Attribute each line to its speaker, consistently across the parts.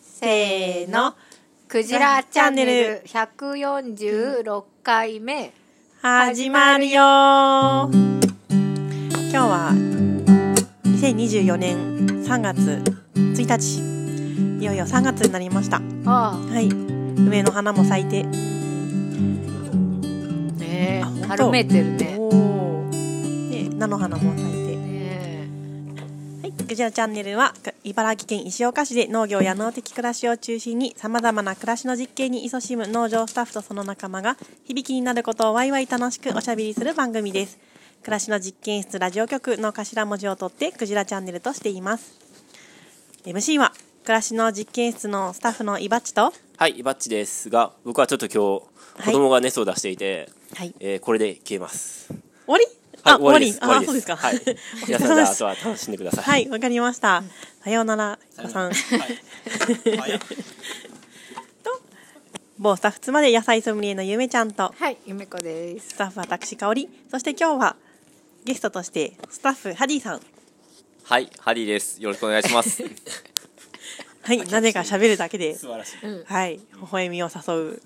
Speaker 1: せーの。
Speaker 2: クジラチャンネル146回目。
Speaker 1: 始まるよー今日は2024年3月1日いよいよ3月になりました
Speaker 2: あ
Speaker 1: はい梅の花も咲いて
Speaker 2: あ、ね
Speaker 1: あ本
Speaker 2: え、
Speaker 1: 当
Speaker 2: 春めいてるね。
Speaker 1: おおで菜の花も咲いて
Speaker 2: ね
Speaker 1: はい、クジラチャンネルはく茨城県石岡市で農業や農的暮らしを中心にさまざまな暮らしの実験に勤しむ農場スタッフとその仲間が響きになることをワイワイ楽しくおしゃべりする番組です暮らしの実験室ラジオ局の頭文字を取ってクジラチャンネルとしています MC は暮らしの実験室のスタッフのイバッチと
Speaker 3: はい、イバッチですが、僕はちょっと今
Speaker 1: は
Speaker 3: 日、
Speaker 1: い
Speaker 3: 子供が熱を出していて、
Speaker 1: はい
Speaker 3: えーこれで消えます。
Speaker 1: 終わり
Speaker 3: はい、
Speaker 1: あ終わり
Speaker 3: です
Speaker 1: あ
Speaker 3: 終わり
Speaker 1: そうですか
Speaker 3: はい
Speaker 1: お疲れ
Speaker 3: 皆さん
Speaker 1: 様
Speaker 3: じ
Speaker 1: で
Speaker 3: ゃあ、あ
Speaker 1: す
Speaker 3: とは楽しんでください。
Speaker 1: はいわかりましたさようならイバさん
Speaker 3: はい
Speaker 1: 某スタッフ妻で野菜ソムリエのゆめちゃんと
Speaker 2: えはい、ゆめこです。
Speaker 1: スタッフ私香織そして今日はゲストとしてスタッフハディさん
Speaker 4: はい、ハリーです。よろしくお願いします。
Speaker 1: はいなぜか喋るだけで
Speaker 3: 素晴らしい。
Speaker 1: はい微笑みを誘う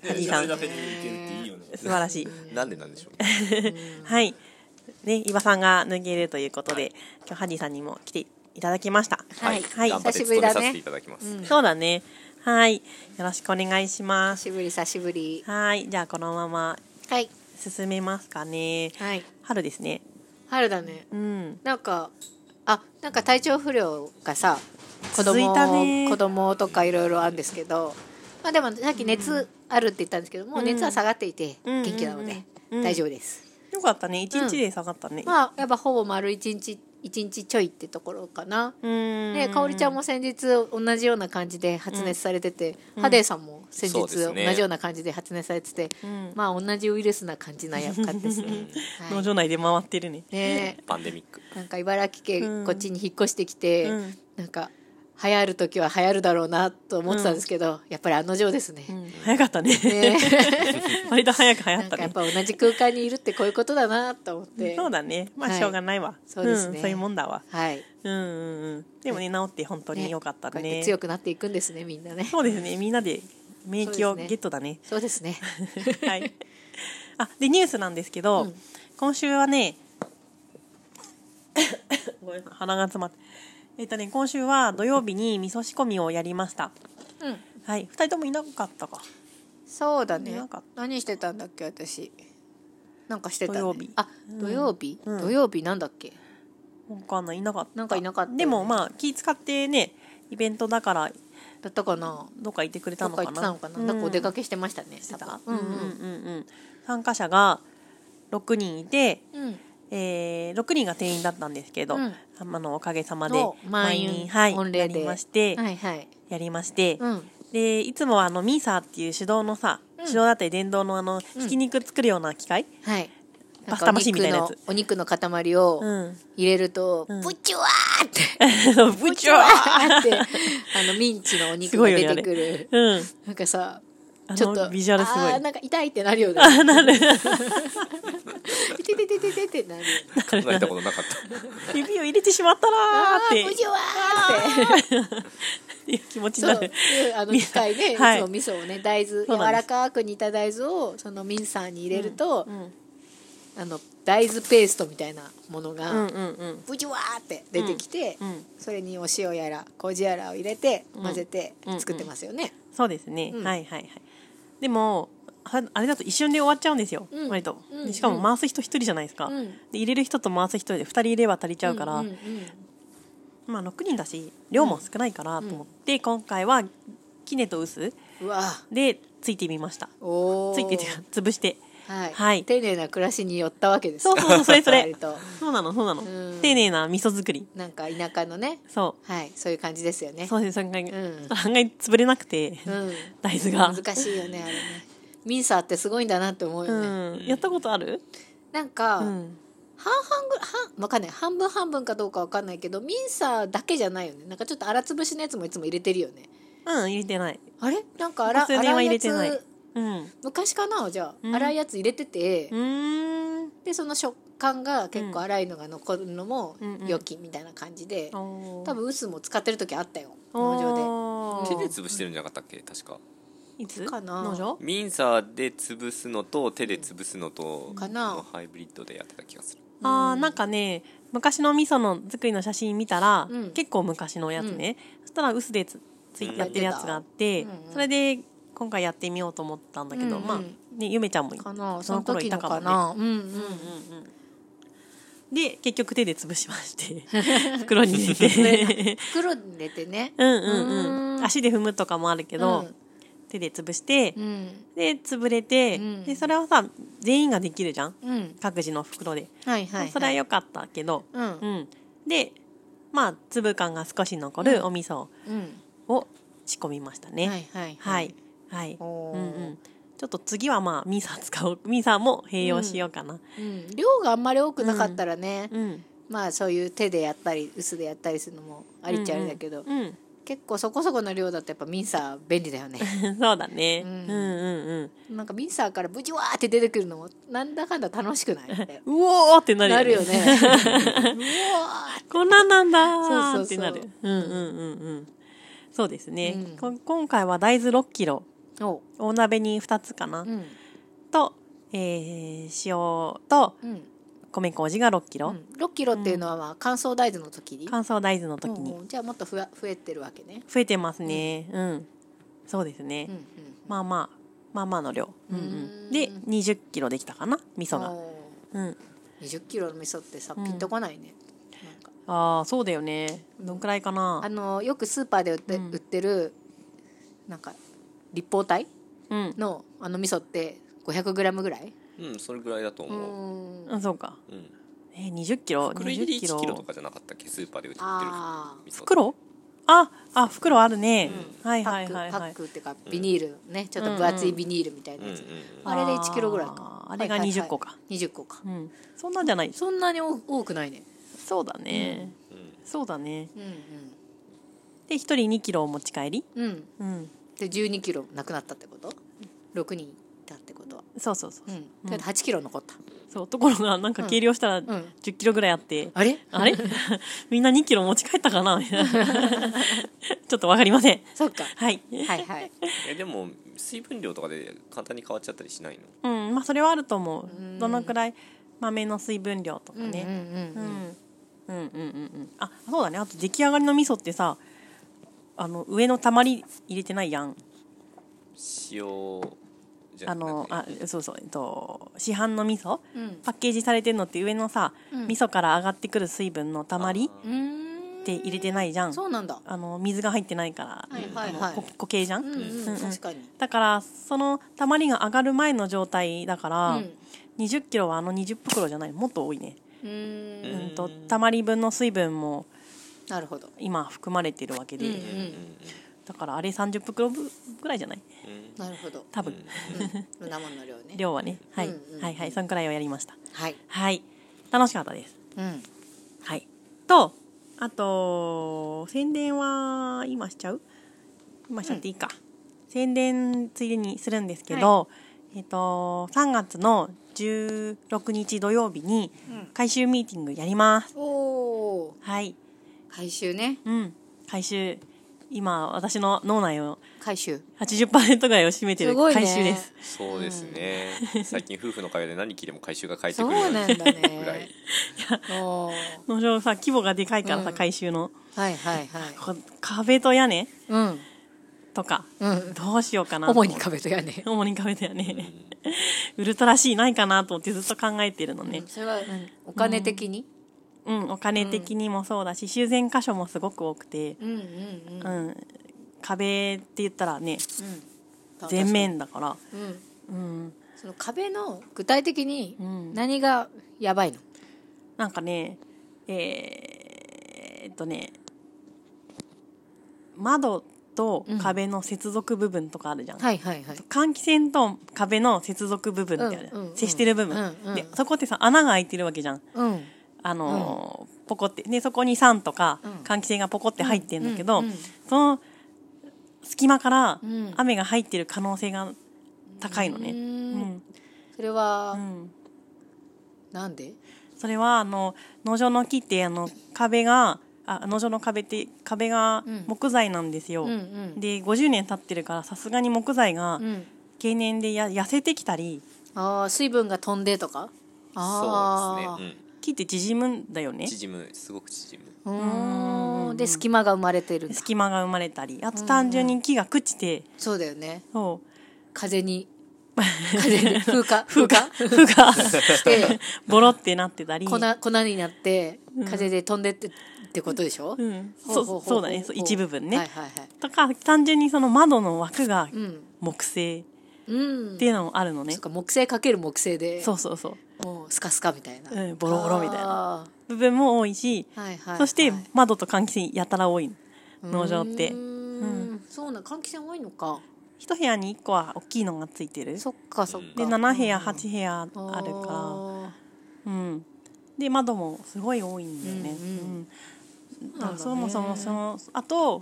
Speaker 1: ハディさん素
Speaker 3: けでいけるっていいよね。
Speaker 1: 晴らしい
Speaker 4: なんでなんでしょう。
Speaker 1: はいね伊庭さんが抜けるということで今日ハディさんにも来ていただきました
Speaker 2: はい
Speaker 1: はい
Speaker 4: 頑張って
Speaker 2: 久しぶ
Speaker 4: 勤
Speaker 2: り
Speaker 4: め
Speaker 2: だね
Speaker 4: させていただきます。
Speaker 1: そうだねはいよろしくお願いしま
Speaker 2: 久
Speaker 1: す
Speaker 2: しぶり、久しぶり。
Speaker 1: はいじゃあこのまま
Speaker 2: はい。
Speaker 1: 進めますかね
Speaker 2: はい。
Speaker 1: 春ですね
Speaker 2: 春だね。
Speaker 1: うん
Speaker 2: なんか、あ、なんか体調不良がさ、子
Speaker 1: 続いた
Speaker 2: 供、
Speaker 1: ね
Speaker 2: 子供とかいろいろあるんですけど、まあでもさっき熱あるって言ったんですけど、もう熱は下がっていて、
Speaker 1: うん
Speaker 2: 元気なので
Speaker 1: うんうんうん、
Speaker 2: 大丈夫です。
Speaker 1: よかったね一日で下がったね
Speaker 2: まあやっぱほぼ丸一日一日ちょいってところかな。
Speaker 1: うん
Speaker 2: でかおりちゃんも先日同じような感じで発熱されてて、ハデーさんも先
Speaker 4: そう
Speaker 2: 日
Speaker 4: です
Speaker 2: 同
Speaker 4: ね
Speaker 2: じような感じで発熱されてて、
Speaker 1: ん
Speaker 2: まあ同じウイルスな感じな役 割ですね。は
Speaker 1: 農
Speaker 2: い、
Speaker 1: 場内で回ってるね
Speaker 2: ね
Speaker 4: パンデミック。
Speaker 2: えなんか茨
Speaker 1: う
Speaker 2: 城
Speaker 1: ん
Speaker 2: 県こっちに引っ越してきて、
Speaker 1: うん
Speaker 2: なんか流行る時は流行るだろうなと思ってたんですけど、やっぱりあの定ですね。
Speaker 1: 早かったね
Speaker 2: ね
Speaker 1: 割と早く流行
Speaker 2: な
Speaker 1: っ
Speaker 2: ん
Speaker 1: た
Speaker 2: かや
Speaker 1: ね
Speaker 2: っぱ同じ空間にいるってこういうことだなと思って。
Speaker 1: そうだねまあ
Speaker 2: はい
Speaker 1: しょうがないわ、
Speaker 2: そうですね
Speaker 1: んそういうもんだわ
Speaker 2: はい。
Speaker 1: うんうんうんでもね治って本当に良かったね
Speaker 2: こうやって強くなっていくんですねみんなね。
Speaker 1: そうですねみんなで免疫
Speaker 2: そ
Speaker 1: を
Speaker 2: うですね
Speaker 1: ゲットだ ね
Speaker 2: そうです ね。
Speaker 1: はいあでニュースなんですけど、
Speaker 2: うん
Speaker 1: 今週はねごめん鼻が詰まってえっとね今週は土曜日に味噌仕込みをやりました
Speaker 2: うん。
Speaker 1: はい二人ともいなかったか
Speaker 2: そうだね
Speaker 1: なんか。
Speaker 2: 何してたんだっけ私。なんかしてた、ね。
Speaker 1: 土曜日
Speaker 2: あ、土曜日。
Speaker 1: うん
Speaker 2: 土曜日なんだっけ。
Speaker 1: わかんないいなかった
Speaker 2: なんかいなかったよね
Speaker 1: でもまあ気使ってねイベントだから
Speaker 2: だったかな。
Speaker 1: どっか行ってくれた
Speaker 2: どっ
Speaker 1: の
Speaker 2: か
Speaker 1: か
Speaker 2: 行
Speaker 1: な
Speaker 2: ってたのかな。
Speaker 1: うん
Speaker 2: なんかお出かけしてましたね。
Speaker 1: してた
Speaker 2: 多分う
Speaker 1: う
Speaker 2: ん
Speaker 1: んうんうん参加者が6人いて、
Speaker 2: うん。うん。
Speaker 1: えー、6人が定員だったんですけど、
Speaker 2: うん
Speaker 1: あのおかげさまで
Speaker 2: お満員
Speaker 1: はい、
Speaker 2: 御礼で
Speaker 1: やりまして、
Speaker 2: はいはい。
Speaker 1: やりまして、
Speaker 2: うん。
Speaker 1: でいつもはあのミーサーっていう手動のさ、
Speaker 2: うん
Speaker 1: 手動だったり電動のあの
Speaker 2: うん
Speaker 1: ひき肉作るような機械、
Speaker 2: はい。
Speaker 1: パスタマシンみたいなやつ
Speaker 2: んかお肉のお肉の塊を
Speaker 1: うん、
Speaker 2: 入れると、
Speaker 1: うん
Speaker 2: プチュワーって、
Speaker 1: ぶちょ
Speaker 2: ー って、あのミンチのお
Speaker 1: す
Speaker 2: 肉
Speaker 1: ご
Speaker 2: が
Speaker 1: いよね
Speaker 2: 出
Speaker 1: あ
Speaker 2: てく
Speaker 1: れ
Speaker 2: る。
Speaker 1: うん
Speaker 2: なんかさ、
Speaker 1: あ
Speaker 2: ちょっと
Speaker 1: のビジュアルすごい
Speaker 2: あーなんか痛いってなるよね。
Speaker 1: な る
Speaker 2: ててててててってなるよね。
Speaker 4: 考えたことなかった。
Speaker 1: 指を入れてしまったな
Speaker 2: あ
Speaker 1: ー
Speaker 2: ー
Speaker 1: っ
Speaker 2: 無
Speaker 1: て
Speaker 2: 事わーって。
Speaker 1: いう気持ちに
Speaker 2: そ
Speaker 1: な
Speaker 2: う
Speaker 1: る。
Speaker 2: あの機械で、
Speaker 1: はい
Speaker 2: そう味噌をね大豆
Speaker 1: そ
Speaker 2: 柔
Speaker 1: うなんで
Speaker 2: ら
Speaker 1: す
Speaker 2: かく煮た大豆をそのミンサーに入れると、
Speaker 1: うん
Speaker 2: あの大豆ペーストみたいなもの
Speaker 1: うん
Speaker 2: が、
Speaker 1: うん
Speaker 2: ブジュワーって出てきて、
Speaker 1: うんうん
Speaker 2: それにお塩やら麹やらを入れて
Speaker 1: うん
Speaker 2: 混ぜて
Speaker 1: うん
Speaker 2: 作ってますよね。
Speaker 1: そうですね、
Speaker 2: うん
Speaker 1: はいはいはいでもはあれだと一瞬で終わっちゃうんですよ、
Speaker 2: うん
Speaker 1: 割と
Speaker 2: うん
Speaker 1: でしかも回す人一人じゃないですか、
Speaker 2: うん
Speaker 1: で入れる人と回す人で2人いれば足りちゃうから、
Speaker 2: んんん
Speaker 1: まあ6人だし量も少ないからと思って、今回はキネと薄
Speaker 2: うわ
Speaker 1: でついてみました
Speaker 2: おー
Speaker 1: ついてて潰して
Speaker 2: はい、
Speaker 1: はい
Speaker 2: 丁寧な暮らしに寄ったわけです
Speaker 1: そうそうそうそれそれ
Speaker 2: 割と
Speaker 1: そうなのそうなの、
Speaker 2: うん
Speaker 1: 丁寧な味噌作り
Speaker 2: なんか田舎のね
Speaker 1: そ
Speaker 2: はいそういう感じですよ
Speaker 1: う
Speaker 2: ね。
Speaker 1: そうです案外、
Speaker 2: うん
Speaker 1: 案外潰れなくて、
Speaker 2: うん、
Speaker 1: 大豆が
Speaker 2: 難しいよねあれねミンサーってすごいんだなって思うよね、
Speaker 1: うん、やったことある、
Speaker 2: なんか、
Speaker 1: うん、
Speaker 2: 半々ぐらい半わかんない半分半分かどうかわかんないけどミンサーだけじゃないよねなんかちょっと粗潰しのやつもいつも入れてるよね
Speaker 1: うん、入れてない
Speaker 2: あれなんか粗
Speaker 1: 普通には入れてない
Speaker 2: 粗やつ
Speaker 1: うんう
Speaker 2: 昔かなじゃあ、
Speaker 1: うん
Speaker 2: 粗いやつ入れてて、
Speaker 1: ーん
Speaker 2: でその食感が結構粗いのが残るのも
Speaker 1: うんうん
Speaker 2: 良きみたいな感じで、
Speaker 1: 多
Speaker 2: 多分ウスも使ってる時あったよ
Speaker 1: 農
Speaker 2: 農場で
Speaker 1: あー
Speaker 4: 手で潰してるんじゃなかったっけ確か
Speaker 1: いつ
Speaker 2: かな
Speaker 1: 農場
Speaker 4: ミンサーで潰すのと手で潰すのと
Speaker 2: かな
Speaker 4: のハイブリッドでやってた気がする
Speaker 1: あーなんかね昔の味噌の作りの写真見たら、
Speaker 2: うん
Speaker 1: 結構昔のやつね、そしたら薄でつつい
Speaker 4: うん
Speaker 1: やってるやつがあって、
Speaker 2: うんうん
Speaker 1: それで今回やってみようと思ったんだけど、
Speaker 2: うんうん
Speaker 1: まあ、ね、ゆめちゃんもい
Speaker 2: かな
Speaker 1: そ
Speaker 2: そ
Speaker 1: の
Speaker 2: の
Speaker 1: 頃い
Speaker 2: 時
Speaker 1: た
Speaker 2: の
Speaker 1: か
Speaker 2: か
Speaker 1: もね
Speaker 2: なうんうん
Speaker 1: うんうんで結局手で潰しまして 袋に入れて
Speaker 2: 袋に入れてね
Speaker 1: うんうんうん
Speaker 2: うーん
Speaker 1: 足で踏むとかもあるけど、手で潰して、
Speaker 2: うんうん
Speaker 1: で潰れて、
Speaker 2: うん
Speaker 1: でそれはさ全員ができるじゃん
Speaker 2: うん
Speaker 1: 各自の袋で、
Speaker 2: はいはいい
Speaker 1: それは良かったけど、
Speaker 2: うん
Speaker 1: うん、でまあ粒感が少し残るお味噌
Speaker 2: うん
Speaker 1: を仕込みましたね、
Speaker 2: はいはい
Speaker 1: はいはい、
Speaker 2: おー
Speaker 1: うんうん、ちょっと次はまあミサ使おう ミサも併用しようかな、
Speaker 2: うん量があんまり多くなかったらね
Speaker 1: うん、
Speaker 2: まあそういう手でやったり薄でやったりするのもありっちゃあれだけど
Speaker 1: うんうん
Speaker 2: 結構そこそこの量だとやっぱミンサー便利だ よね
Speaker 1: そうだね、う、
Speaker 2: うんん
Speaker 1: うんうん
Speaker 2: なんかミンサーからブチワーって出てくるのもなんだかんだ楽しくないう
Speaker 1: おーってなる
Speaker 2: なるよねうわ ー
Speaker 1: こんなんなんだ
Speaker 2: そ
Speaker 1: ー
Speaker 2: うそうそう
Speaker 1: ってなるうんうんうんうんそうですね、
Speaker 2: うん
Speaker 1: こ今回は大豆6キロ
Speaker 2: お
Speaker 1: 大鍋に2つかな、
Speaker 2: うん
Speaker 1: と、えー塩と
Speaker 2: うん
Speaker 1: 米麹が6キロ、
Speaker 2: 6キロっていうのはまあ乾燥大豆の時に
Speaker 1: 乾燥大豆の時に
Speaker 2: うんうんじゃあもっとふわ増えてるわけね
Speaker 1: 増えてますねうん、そうですね、
Speaker 2: うんうん
Speaker 1: まあまあまあまあの量、うんう、
Speaker 2: うんん
Speaker 1: で2 0キロできたかな味噌が、
Speaker 2: お
Speaker 1: うん、
Speaker 2: ー20キロの味噌ってさ
Speaker 1: うん
Speaker 2: ピンとこないねなんか
Speaker 1: ああそうだよねどんくらいかな
Speaker 2: あのよくスーパーで売って
Speaker 1: うん
Speaker 2: 売ってるなんか立方体
Speaker 1: うん、
Speaker 2: のあの味噌って500グラムぐらい
Speaker 4: うんそれぐらいだと
Speaker 2: う
Speaker 4: 思う、
Speaker 2: ん
Speaker 1: うん、そうか
Speaker 4: うん、
Speaker 1: えー、2 0キロ
Speaker 4: 黒入り
Speaker 1: 20
Speaker 4: 1キロとかじゃなかったっけスーパーで売ってる
Speaker 2: あ
Speaker 4: 味噌
Speaker 1: 袋ああ袋あるね、
Speaker 2: あ
Speaker 1: はいはいはい
Speaker 2: パ
Speaker 1: は
Speaker 2: ッ
Speaker 1: い
Speaker 2: クパックっていうかビニールねちょっと分厚いビニールみたいな
Speaker 4: うんう
Speaker 2: や
Speaker 4: ん
Speaker 2: つ
Speaker 4: う
Speaker 2: あれで1キロぐらいか
Speaker 1: あーあれが20個か
Speaker 2: 20個か
Speaker 1: うん、そんなんじゃない
Speaker 2: そんなに多多くないね
Speaker 1: そうだね、
Speaker 4: んうん
Speaker 1: そうだね
Speaker 2: うん
Speaker 1: で1人2キロお持ち帰り
Speaker 2: うんうん
Speaker 1: うん
Speaker 2: で12キロなくなったってこと6人いたってことは
Speaker 1: そうそうそう
Speaker 2: う
Speaker 1: そうん
Speaker 2: だって8キロ残った
Speaker 1: そうところがなんか計量したら
Speaker 2: ん
Speaker 1: 1 0キロぐらいあって、
Speaker 2: あれ
Speaker 1: あ れみんな2キロ持ち帰ったかなみ たいなちょっとわかりません。
Speaker 2: そっか
Speaker 1: はい。
Speaker 2: はい はい
Speaker 4: えでも水分量とかで簡単に変わっちゃったりしないの
Speaker 1: うん、まあそれはあると思
Speaker 2: う
Speaker 1: う。
Speaker 2: ん
Speaker 1: どのくらい豆の水分量とか
Speaker 2: うんうん
Speaker 1: ね。
Speaker 2: う
Speaker 1: うん
Speaker 2: うん
Speaker 1: ん。うんうんうんうん。あ、そうだね。あと出来上がりの味噌ってさ、あの上のたまり入れてないやん。
Speaker 4: 塩じゃ
Speaker 1: あの、
Speaker 4: なん
Speaker 1: あ
Speaker 4: かね、
Speaker 1: そうそう。えっと市販の味噌、
Speaker 2: うん
Speaker 1: パッケージされてるのって上のさ、
Speaker 2: うん
Speaker 1: 味噌から上がってくる水分のたまり
Speaker 4: あ
Speaker 2: うーん
Speaker 1: って入れてないじゃん。
Speaker 2: そうなんだ
Speaker 1: あの水が入ってないから、
Speaker 2: はいはいはい
Speaker 1: こ固形じゃん。
Speaker 2: うん
Speaker 1: う
Speaker 2: うんん確かに
Speaker 1: だからそのたまりが上がる前の状態だから、
Speaker 2: うん
Speaker 1: 20キロはあの20袋じゃないもっと多いね、
Speaker 2: う
Speaker 1: う
Speaker 2: ーん
Speaker 1: ん、とたまり分の水分も
Speaker 2: なるほど
Speaker 1: 今含まれてるわけで、
Speaker 2: うん
Speaker 4: うんうん
Speaker 1: だからあれ30袋分ぐらいじゃない
Speaker 4: うんうん
Speaker 2: なるほど
Speaker 1: 多分、
Speaker 2: うん生の量ね
Speaker 1: 量はね、はい
Speaker 2: うんうんうん
Speaker 1: はいはいそんくらいをやりました
Speaker 2: はい
Speaker 1: はい楽しかったです
Speaker 2: うん
Speaker 1: はいとあと宣伝は今しちゃう今しちゃっていいか、宣伝ついでにするんですけど、えっと3月の16日土曜日に
Speaker 2: うん
Speaker 1: 回収ミーティングやります、
Speaker 2: おー
Speaker 1: はい
Speaker 2: 回収ね
Speaker 1: うん回収今私の脳内を
Speaker 2: 回収
Speaker 1: 80%ぐらいを占めて
Speaker 2: す
Speaker 1: る
Speaker 2: ごいね
Speaker 1: 回収です
Speaker 4: そうですね、最近夫婦の会話で何切れも回収が返って
Speaker 2: そ
Speaker 4: くるよ
Speaker 2: う
Speaker 4: う
Speaker 2: な
Speaker 4: なん
Speaker 2: だ ね
Speaker 4: ぐらい
Speaker 2: おー
Speaker 1: 農場さ規模がでかいからさ、
Speaker 2: うん
Speaker 1: 回収の
Speaker 2: はいはいはい
Speaker 1: こ壁と屋根
Speaker 2: うん
Speaker 1: とか
Speaker 2: うん
Speaker 1: どうしようかなと
Speaker 2: 主に壁と屋 根
Speaker 1: 主に壁だよね、 ウルトラ C ないかなと思ってずっと考えてるのね
Speaker 2: それはお金的に
Speaker 1: うん、お金的にもそうだし修繕箇所もすごく多くて、
Speaker 2: うんうんうん
Speaker 1: うん壁って言ったらね
Speaker 2: うん
Speaker 1: 全面だから
Speaker 2: うん
Speaker 1: うん
Speaker 2: その壁の具体的に
Speaker 1: うん
Speaker 2: 何がやばいの
Speaker 1: なんかねえー、っとね窓と壁の接続部分とかあるじゃん、
Speaker 2: はいはいはい
Speaker 1: 換気扇と壁の接続部分ってある、
Speaker 2: うんうんうん
Speaker 1: 接してる部分、
Speaker 2: うんうん
Speaker 1: でそこってさ穴が開いてるわけじゃん
Speaker 2: うん
Speaker 1: あのーポコってでそこに酸とか
Speaker 2: うん
Speaker 1: 換気扇がポコって入ってんだけど、
Speaker 2: うんうんうん
Speaker 1: その隙間から
Speaker 2: うん
Speaker 1: 雨が入ってる可能性が高いのね。
Speaker 2: う
Speaker 1: う
Speaker 2: ーん
Speaker 1: ん
Speaker 2: それは
Speaker 1: うん
Speaker 2: なんで
Speaker 1: それはあの農場の木ってあの壁があ農場の壁って壁が
Speaker 2: うん
Speaker 1: 木材なんですよ、
Speaker 2: うんうん
Speaker 1: で50年経ってるからさすがに木材が
Speaker 2: うん
Speaker 1: 経年でや痩せてきたり
Speaker 2: ああ水分が飛んでとか
Speaker 4: そうですね、
Speaker 1: 木って縮むんだよ
Speaker 4: う
Speaker 1: ね
Speaker 4: ん、縮むすごく縮む
Speaker 2: うーんで隙間が生まれてるんだ
Speaker 1: 隙間が生まれたりあと単純に木が朽ちて、
Speaker 2: そうだよね
Speaker 1: そう
Speaker 2: 風に 風に風化 風化
Speaker 1: 負が
Speaker 2: して
Speaker 1: ボロってなってたり
Speaker 2: 粉粉になって風で飛んでってってことでしょ、
Speaker 1: うん、
Speaker 2: ほ
Speaker 1: そう
Speaker 2: ほ
Speaker 1: う
Speaker 2: うほうほう
Speaker 1: そうだねそう一部分ね、
Speaker 2: はいはいはい
Speaker 1: とか単純にその窓の枠が
Speaker 2: うん
Speaker 1: 木製
Speaker 2: うん
Speaker 1: っていうのもあるのね、
Speaker 2: そっか木星かける木星で
Speaker 1: そうそうそう
Speaker 2: もうスカスカみたいな、
Speaker 1: うんボロボロみたいな
Speaker 2: あ
Speaker 1: 部分も多いし、
Speaker 2: ーはいはいはい、
Speaker 1: そして窓と換気扇やたら多い農場って
Speaker 2: うーんそうなん換気扇多いのか
Speaker 1: 一部屋に一個は大きいのがついてる
Speaker 2: そっかそっか
Speaker 1: で7部屋
Speaker 2: 八
Speaker 1: 8部屋あるからうんで窓もすごい多いんだよね
Speaker 2: うんうん
Speaker 1: うん
Speaker 2: そうなんだね
Speaker 1: そもそもそのあと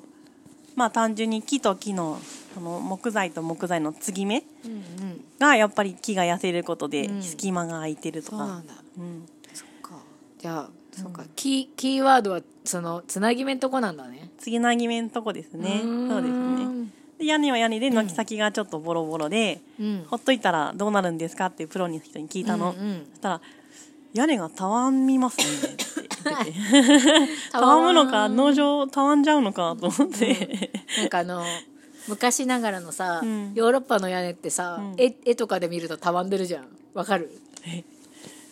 Speaker 1: まあ単純に木と木のその木材と木材の継ぎ目
Speaker 2: うんうん
Speaker 1: がやっぱり木が痩せること
Speaker 2: うん
Speaker 1: で隙間が空いてると
Speaker 2: そうな
Speaker 1: か、
Speaker 2: んだ
Speaker 1: うん、
Speaker 2: そっかじゃあそっかキーキーワードはそのつなぎ目のとこなんだね
Speaker 1: 継ぎなぎ目のとこですね
Speaker 2: うーん
Speaker 1: そうですねで屋根は屋根で軒先がちょっとボロボロで、
Speaker 2: うん
Speaker 1: ほっといたらどうなるんですかってプロの人に聞いたの、
Speaker 2: うんうん
Speaker 1: そしたら「屋根がたわみますね」 って言っててたわむ
Speaker 2: 戯
Speaker 1: のか農場たわんじゃうのかと思って、
Speaker 2: なんかあの昔ながらのさ、
Speaker 1: うん
Speaker 2: ヨーロッパの屋根ってさ、
Speaker 1: うん
Speaker 2: 絵絵とかで見るとたわんでるじゃんわかる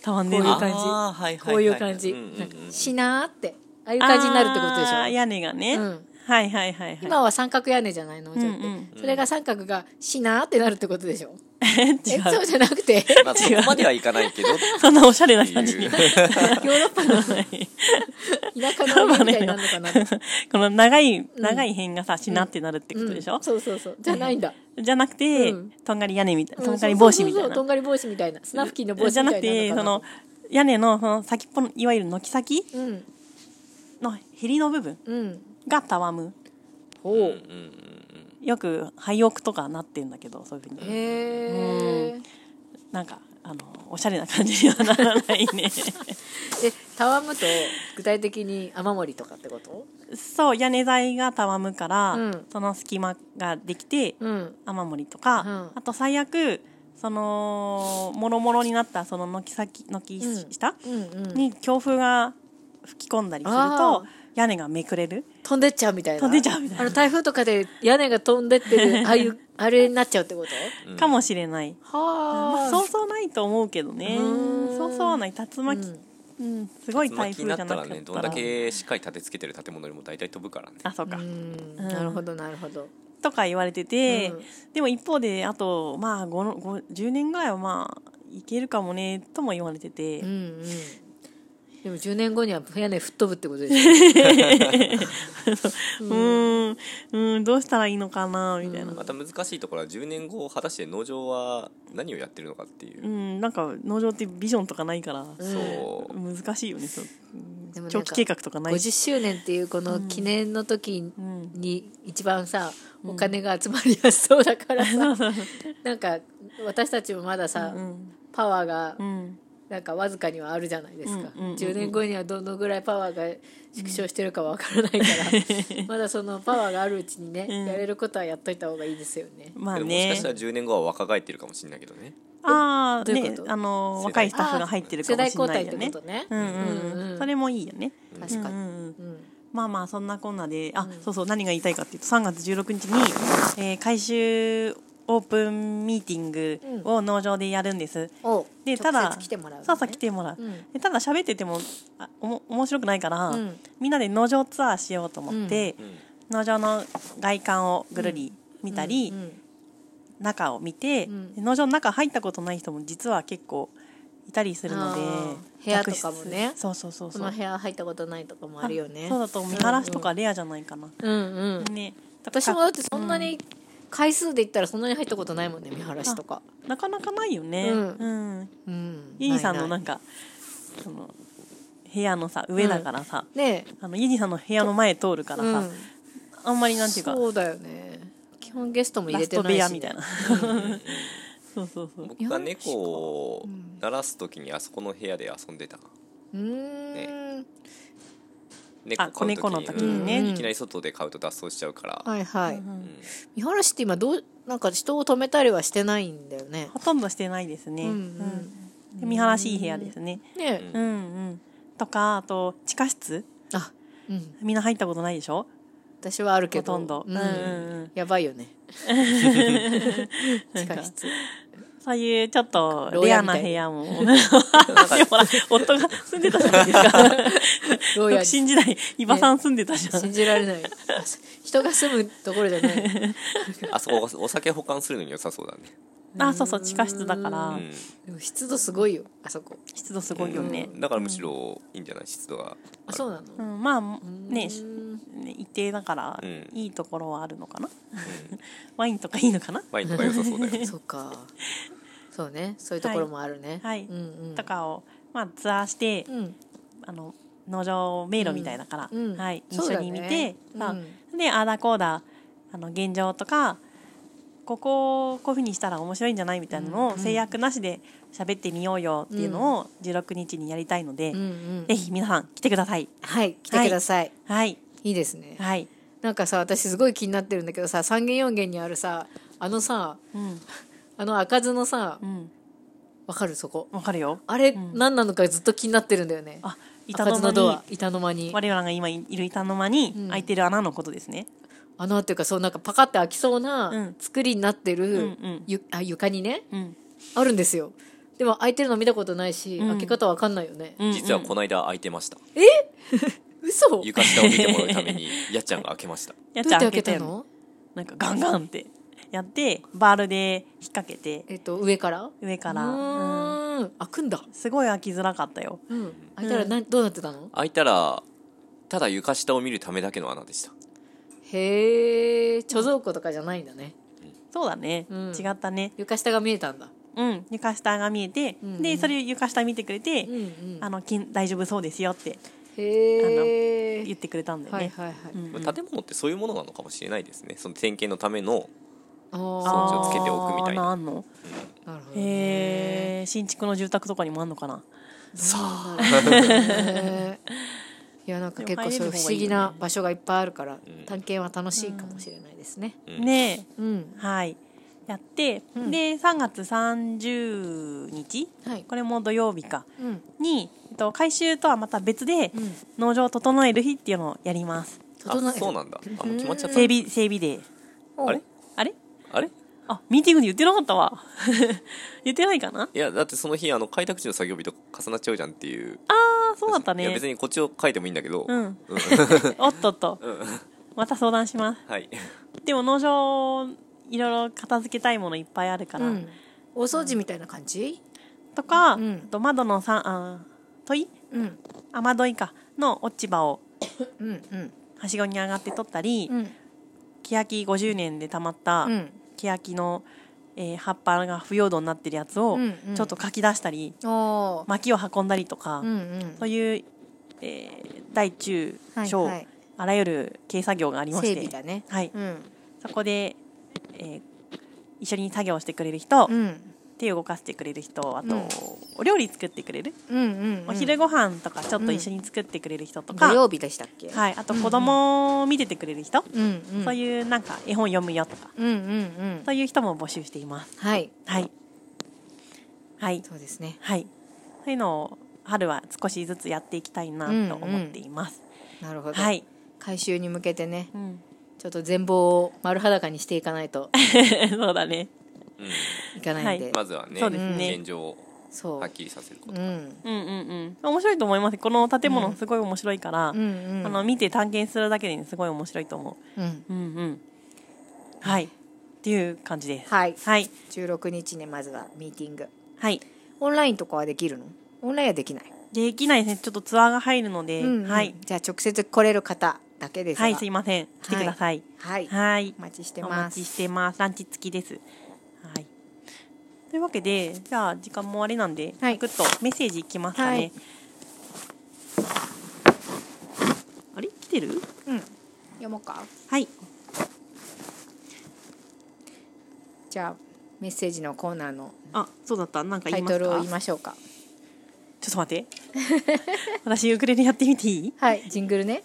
Speaker 1: たわんでる
Speaker 2: こういう感じ
Speaker 4: あーはいはいはい
Speaker 2: こういう感じ、
Speaker 4: うんうんうん
Speaker 2: しなーってああいう感じになるってことでし
Speaker 1: あー
Speaker 2: ょ
Speaker 1: 屋根がね、
Speaker 2: うん
Speaker 1: はいはいはいはい
Speaker 2: 今は三角屋根じゃないの、じゃあって
Speaker 1: うんうん
Speaker 2: それが三角がしなーってなるってことでしょ、え
Speaker 1: 違
Speaker 2: そううじゃなく て
Speaker 4: まあそこまではいかないけどって
Speaker 1: そんなおしゃれな 感じ
Speaker 4: いう
Speaker 2: ヨーロッパの 田舎の家みたいになるのかなって、
Speaker 1: この長い長い辺がさしなってなるってこ
Speaker 2: う
Speaker 1: と
Speaker 2: ん
Speaker 1: でしょ、
Speaker 2: そうそうそうじゃないんだ、
Speaker 1: じゃなくて、
Speaker 2: うん
Speaker 1: とんがり屋根みたいな
Speaker 2: う
Speaker 1: とんがり帽子み
Speaker 2: そ
Speaker 1: たい
Speaker 2: うそうそう
Speaker 1: な
Speaker 2: とんがり帽子みたいなスナフキンの帽子み
Speaker 1: じ
Speaker 2: た
Speaker 1: ゃ
Speaker 2: いな
Speaker 1: なくて
Speaker 2: の
Speaker 1: そ
Speaker 2: かな
Speaker 1: の屋根のその先っぽのいわゆる軒先
Speaker 2: うん
Speaker 1: のへりの部分
Speaker 2: うん
Speaker 1: がたわむ
Speaker 2: ほ
Speaker 4: うんう
Speaker 2: うん
Speaker 4: うん
Speaker 1: よく廃屋とかなってんだけどそういうふうに
Speaker 2: へえ
Speaker 1: なんかあのおしゃれな感じにはならないね
Speaker 2: えたわむと具体的に雨漏りとかってこと
Speaker 1: そう屋根材がたわむから、
Speaker 2: うん
Speaker 1: その隙間ができて、
Speaker 2: うん
Speaker 1: 雨漏りとか、
Speaker 2: うん
Speaker 1: あと最悪そのもろもろになったその軒先軒下、
Speaker 2: うんうん
Speaker 1: に強風が吹き込んだりする
Speaker 2: あ
Speaker 1: と
Speaker 2: ー
Speaker 1: 屋根がめくれる
Speaker 2: 飛んでっちゃうみたいな
Speaker 1: 飛んでっちゃうみたいな
Speaker 2: あの台風とかで屋根が飛んでってるあ あいうあれになっちゃうってこと
Speaker 4: うん
Speaker 1: かもしれない、ま
Speaker 2: は
Speaker 1: あ、そうそうないと思うけどね
Speaker 2: うん
Speaker 1: そうそうはない竜巻、
Speaker 2: うん
Speaker 1: うん、すごい
Speaker 4: 竜
Speaker 1: 台
Speaker 4: 巻
Speaker 1: 風
Speaker 4: に
Speaker 1: じゃ
Speaker 4: なっ
Speaker 1: な
Speaker 4: た
Speaker 1: かっ
Speaker 4: ら
Speaker 1: たら
Speaker 4: ねどんだけしっかり立てつけてる建物よりも大体飛ぶからね
Speaker 1: あそうか、
Speaker 2: うん
Speaker 1: うん
Speaker 2: なるほどなるほど
Speaker 1: とか言われてて、
Speaker 2: うん
Speaker 1: でも一方であとまあ5の5 10年ぐらいはまあいけるかもねとも言われてて、
Speaker 2: うんうんでも10年後には屋根吹っ飛ぶってことでしょ
Speaker 1: うーんうんどうしたらいいのかなみたいな、
Speaker 4: また難しいところは10年後果たして農場は何をやってるのかっていうう、
Speaker 1: ん、なんか農場ってビジョンとかないから、
Speaker 4: そう
Speaker 1: 難しいよねそう
Speaker 2: でもなんか
Speaker 1: 長期計画とかない
Speaker 2: 50周年っていうこの記念の時に一番さ、お金が集まりやすそうだ からさ、なんか私たちもまださ、
Speaker 1: うん
Speaker 2: パワーが
Speaker 1: うん
Speaker 2: なんかわずかにはあるじゃないですか、
Speaker 1: うんうんうん
Speaker 2: 10年後にはどのぐらいパワーが縮小してるかわからないから、 まだそのパワーがあるうちにね、
Speaker 1: うん
Speaker 2: やれることはやっといた方がいいですよね。
Speaker 1: まあ
Speaker 4: けどもし
Speaker 1: ね
Speaker 4: かしたら10年後は若返ってるかもしれないけどね
Speaker 1: ああ
Speaker 2: どういう
Speaker 1: ね
Speaker 2: こと
Speaker 1: あの
Speaker 4: 世代
Speaker 1: 若いスタッフが入ってるかもしれないよ
Speaker 2: 世代
Speaker 1: ね
Speaker 2: 交代ってことね、
Speaker 1: うんうん
Speaker 2: うん
Speaker 1: う
Speaker 2: うん
Speaker 1: んそれもいいよね
Speaker 2: 確かに、
Speaker 1: うんうんうん
Speaker 2: うん
Speaker 1: まあまあそんなこんなであ、そうそう何が言いたいかっていうと3月16日に、えー、回収オープンミーティングを農場でやるんです、
Speaker 2: を
Speaker 1: でただ
Speaker 2: 直接来てもらうのね、
Speaker 1: そうそう来てもらう、
Speaker 2: うん
Speaker 1: でただ喋っててもあおも面白くないから、
Speaker 2: うん
Speaker 1: みんなで農場ツアーしようと思って、
Speaker 4: ん
Speaker 1: 農場の外観をぐるり見たり、
Speaker 2: うんうん
Speaker 1: 中を見て、
Speaker 2: うん
Speaker 1: で農場の中入ったことない人も実は結構いたりするので
Speaker 2: あー部屋とかもね
Speaker 1: 客室そうそうそう
Speaker 2: そ
Speaker 1: そう
Speaker 2: の部屋入ったことないとかもあるよね
Speaker 1: あそうだと見晴らしとかレアじゃないかな、
Speaker 2: うんうん
Speaker 1: ね
Speaker 2: 私もだってそんなに回数で言ったらそんなに入ったことないもんね見晴らしとか
Speaker 1: なかなかないよね
Speaker 2: う
Speaker 1: うんん、
Speaker 2: うん
Speaker 1: イージさんの
Speaker 2: な
Speaker 1: ないんかその部屋のさ上だからさ、
Speaker 2: ないね
Speaker 1: あのイージさんの部屋の前通るからさ、
Speaker 2: うん
Speaker 1: あんまりなんていうか
Speaker 2: そうだよね基本ゲストも入
Speaker 1: ラ
Speaker 2: れ
Speaker 1: ス
Speaker 2: て
Speaker 1: ト
Speaker 2: な
Speaker 1: 部
Speaker 2: い
Speaker 1: 屋
Speaker 2: し
Speaker 1: みたいな そうそうそう
Speaker 4: 僕が猫を鳴らす時にあそこの部屋で遊んでた
Speaker 2: うーん
Speaker 4: 猫飼
Speaker 1: あ
Speaker 4: う時
Speaker 1: 子猫の時に
Speaker 2: ね
Speaker 4: うんいきなり外で飼うと脱走しちゃうから、
Speaker 2: はいはい、
Speaker 4: うん
Speaker 2: 見晴らしって今どうなんか人を止めたりはしてないんだよね
Speaker 1: ほとんどしてないですね、
Speaker 2: う
Speaker 1: うんんで見晴らしい部屋ですね、
Speaker 2: ね、
Speaker 4: うん
Speaker 1: うんうんとかあと地下室
Speaker 2: あうん
Speaker 1: みんな入ったことないでしょ
Speaker 2: 私はあるけ
Speaker 1: ほ
Speaker 2: ど
Speaker 1: とんど、
Speaker 2: うん
Speaker 1: うんうんうん
Speaker 2: やばい よね地下室
Speaker 1: そういうちょっと
Speaker 2: 牢
Speaker 1: レ
Speaker 2: 屋
Speaker 1: ア
Speaker 2: みた
Speaker 1: ない部屋も。 でもほら、夫が住んでたじゃないですか。
Speaker 2: 牢
Speaker 1: 独身
Speaker 2: 屋に信
Speaker 1: 時代、伊庭さん住んで たじゃん。
Speaker 2: じられない人が住むところじゃない
Speaker 4: あそこお酒保管するのに良さそうだね、
Speaker 1: あ、そうそう、地下室だから、
Speaker 4: うん
Speaker 2: でも湿度すごいよあそこ
Speaker 1: 湿度すごいよね。
Speaker 4: だからむしろいいんじゃない湿度が
Speaker 2: あそうなの
Speaker 1: うん、まあ、ね、し
Speaker 2: うん
Speaker 1: ね一定だから、
Speaker 4: うん
Speaker 1: いいところはあるのかな。 ワインとかいいのかな
Speaker 4: ワインとか良さそうだ よね
Speaker 2: そうかそうねそういうところもあるね
Speaker 1: はい
Speaker 2: うんうん
Speaker 1: とかを、まあ、ツアーして、
Speaker 2: うん
Speaker 1: あの、農場迷路みたいだから、
Speaker 2: うん
Speaker 1: はい、一
Speaker 2: そうだ
Speaker 1: 緒
Speaker 2: ね
Speaker 1: に見て、まあ
Speaker 2: う
Speaker 1: で、あーだこーだ、あの、現状とか、ここをこういうふうにしたら面白いんじゃないみたいなの
Speaker 2: う
Speaker 1: を
Speaker 2: ん
Speaker 1: 制約なしで喋ってみようよっていうのを16日にやりたいので、
Speaker 2: うんうん
Speaker 1: ぜひ皆さん来てください。
Speaker 2: はい来てください
Speaker 1: はい。
Speaker 2: いいですね
Speaker 1: はい。
Speaker 2: なんかさ私すごい気になってるんだけどさ三軒四軒にあるさあのさ
Speaker 1: うん。
Speaker 2: あの開かずのさ
Speaker 1: うん。
Speaker 2: わかるそこ
Speaker 1: わかるよ。
Speaker 2: あれ
Speaker 1: ん
Speaker 2: 何なのかずっと気になってるんだよね
Speaker 1: あ、板
Speaker 2: 開か
Speaker 1: の
Speaker 2: ず
Speaker 1: 間
Speaker 2: のド
Speaker 1: に
Speaker 2: ア、板の間に
Speaker 1: 我らが今いる板の間に
Speaker 2: うん
Speaker 1: 開いてる穴のことですね。
Speaker 2: 穴っていうかそうなんかパカって開きそう
Speaker 1: う
Speaker 2: なん作りになって
Speaker 1: うん
Speaker 2: る
Speaker 1: うん
Speaker 2: ゆあ床にね
Speaker 1: うん。
Speaker 2: あるんですよでも開いてるの見たことないし
Speaker 1: うん
Speaker 2: 開け方わかんないよね
Speaker 1: うん
Speaker 4: 実はこの間空いてました
Speaker 2: 嘘どう
Speaker 4: 床下を見てもらうためにやっちゃんが開けました
Speaker 1: やっ
Speaker 2: やっ
Speaker 1: ち
Speaker 2: て
Speaker 1: ゃん開
Speaker 2: 開け
Speaker 1: けた
Speaker 2: た
Speaker 1: よ。
Speaker 2: の
Speaker 1: なんかガンガンってやって、バールで引っ掛けて、
Speaker 2: えっと上から
Speaker 1: 上から。
Speaker 2: う
Speaker 1: うん
Speaker 2: ーん開くんだ
Speaker 1: すごい開きづらかったよ。
Speaker 2: うん開いたらなどうなってたの
Speaker 4: 開いたらただ床下を見るためだけの穴でした
Speaker 2: へえ貯蔵庫とかじゃないんだね
Speaker 1: そうだね。
Speaker 2: うん
Speaker 1: 違ったね。
Speaker 2: 床下が見えたんだ
Speaker 1: うん、床下が見えて、
Speaker 2: うんうん
Speaker 1: でそれを床下見てくれて、
Speaker 2: うんうん
Speaker 1: あの金大丈夫そうですよって
Speaker 2: へえ
Speaker 1: 言ってくれたんだよ
Speaker 2: はい
Speaker 1: ね。
Speaker 2: はいはい
Speaker 1: うんうん
Speaker 4: まあ建物ってそういうものなのかもしれないですねその点検のための
Speaker 2: あ
Speaker 4: 装置
Speaker 2: ー
Speaker 4: をつけておくみたいな
Speaker 1: あーんの
Speaker 2: なるほどね
Speaker 1: へえ新築の住宅とかにもあんのかな。
Speaker 2: そうなんだろうね いやなんか結構そういう不思議な場所がいっぱいあるから
Speaker 4: ん
Speaker 2: 探検は楽しいかもしれないですね
Speaker 4: うん
Speaker 1: ね
Speaker 2: うん
Speaker 1: えはいやって、
Speaker 2: うん
Speaker 1: で3月30日
Speaker 2: はい
Speaker 1: これも土曜日か
Speaker 2: うん
Speaker 1: に、えっと、回収とはまた別で、
Speaker 2: うん
Speaker 1: 農場を整える日っていうのをやります。
Speaker 2: 整
Speaker 4: あ
Speaker 2: える
Speaker 4: そうなんだあもう決まっちゃった
Speaker 1: 整備整備デー
Speaker 2: お
Speaker 4: あれ
Speaker 1: あれ
Speaker 4: あれ
Speaker 1: あミーティングで言ってなかったわ 言ってないかない
Speaker 4: やだってその日あの開拓地の作業日と重なっちゃうじゃんっていう
Speaker 1: あそうだったね
Speaker 4: いや別にこっちを書いてもいいんだけど、
Speaker 1: うん おっとっと、また相談します
Speaker 4: はい
Speaker 1: でも農場いろいろ片付けたいものいっぱいあるから、
Speaker 2: うんお掃除みたいな感じ
Speaker 1: とか、
Speaker 2: うん
Speaker 1: あと窓のさあ問い
Speaker 2: うん
Speaker 1: 雨どいかの落ち葉を
Speaker 2: うんうん
Speaker 1: はしごに上がって取ったり、
Speaker 2: うん
Speaker 1: 欅50年でたまった
Speaker 2: うん
Speaker 1: 欅の、えー葉っぱが腐葉土になってるやつを
Speaker 2: うんうん
Speaker 1: ちょっとかき出したり、
Speaker 2: おー
Speaker 1: 薪を運んだりとか、
Speaker 2: うんうん
Speaker 1: そういう、えー大中小、
Speaker 2: はいはい
Speaker 1: あらゆる軽作業がありまして
Speaker 2: 整備だね
Speaker 1: はい
Speaker 2: うん
Speaker 1: そこで、えー一緒に作業してくれる人、
Speaker 2: うん
Speaker 1: 手を動かしてくれる人あと、
Speaker 2: うん
Speaker 1: お料理作ってくれる、
Speaker 2: うんうん
Speaker 1: お昼ご飯とかちょっと一緒に作ってくれる人とか、
Speaker 2: 土曜日でしたっけ
Speaker 1: はい、あと子供を見ててくれる人、
Speaker 2: うんうん
Speaker 1: そういうなんか絵本読むよとか、
Speaker 2: うんうんうん
Speaker 1: そういう人も募集しています
Speaker 2: はい
Speaker 1: はいはい
Speaker 2: そうですね
Speaker 1: はいそういうのを春は少しずつやっていきたいなと思っています、
Speaker 2: なるほど
Speaker 1: はい、
Speaker 2: 回収に向けてね
Speaker 1: うん、
Speaker 2: ちょっと全貌を丸裸にしていかないと
Speaker 1: そうだね
Speaker 4: うん
Speaker 2: いかないんで、
Speaker 4: まずはね
Speaker 1: そうですね
Speaker 4: 現状を
Speaker 2: そう、
Speaker 4: はっきりさせるこ
Speaker 2: う
Speaker 4: と、
Speaker 2: ん、
Speaker 1: うんうんうん面白いと思いますこの建物すごい面白いから、
Speaker 2: うんうん
Speaker 1: あの見て探検するだけですごい面白いと思
Speaker 2: うん、
Speaker 1: ううんうんはいっていう感じです
Speaker 2: はい
Speaker 1: はい
Speaker 2: 16日にまずはミーティング
Speaker 1: はい
Speaker 2: オンラインとかはできるのオンラインはできない、
Speaker 1: できないですねちょっとツアーが入るので、
Speaker 2: うんうん
Speaker 1: はい
Speaker 2: じゃあ直接来れる方だけですが
Speaker 1: はいすいません来てください
Speaker 2: はい
Speaker 1: はい
Speaker 2: お待ちして
Speaker 1: お
Speaker 2: ま
Speaker 1: 待
Speaker 2: す
Speaker 1: ちしてますランチ付きですはいというわけでじゃあ時間もあれなんで、
Speaker 2: はい
Speaker 1: ぐっとメッセージいきますかね、
Speaker 2: はい
Speaker 1: あれ来てる
Speaker 2: うん、読もうか
Speaker 1: はい
Speaker 2: じゃあメッセージのコーナーの
Speaker 1: あそうだったなんか
Speaker 2: タ
Speaker 1: 言い
Speaker 2: イ
Speaker 1: ます
Speaker 2: ト
Speaker 1: か
Speaker 2: ルを言いましょうか
Speaker 1: ちょっと待って 私ウクレレやってみていい
Speaker 2: はいジングルね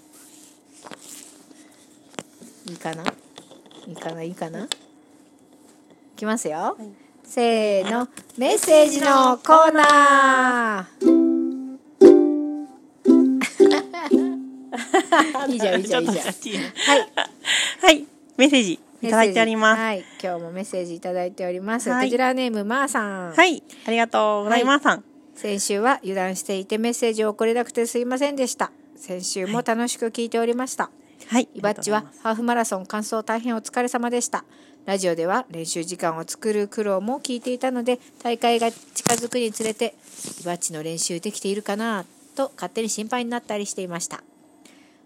Speaker 2: いいかないいかないいかないきますよ、
Speaker 1: い
Speaker 2: せーのメッセージのコーナ ー いいじゃんいいじゃんい いじゃんはい
Speaker 1: はい、メッセージいただいております。
Speaker 2: はい、今日もメッセージいただいております。
Speaker 1: はい
Speaker 2: こちらネームまーさん。
Speaker 1: はい、ありがとうございます。
Speaker 2: 先週は油断していてメッセージを送れなくてすいませんでした。先週も楽しく聞いておりました。
Speaker 1: はい、
Speaker 2: イバッチはハーフマラソン完走大変お疲れ様でした。ラジオでは練習時間を作る苦労も聞いていたので、大会が近づくにつれて、イバッチの練習できているかなと勝手に心配になったりしていました。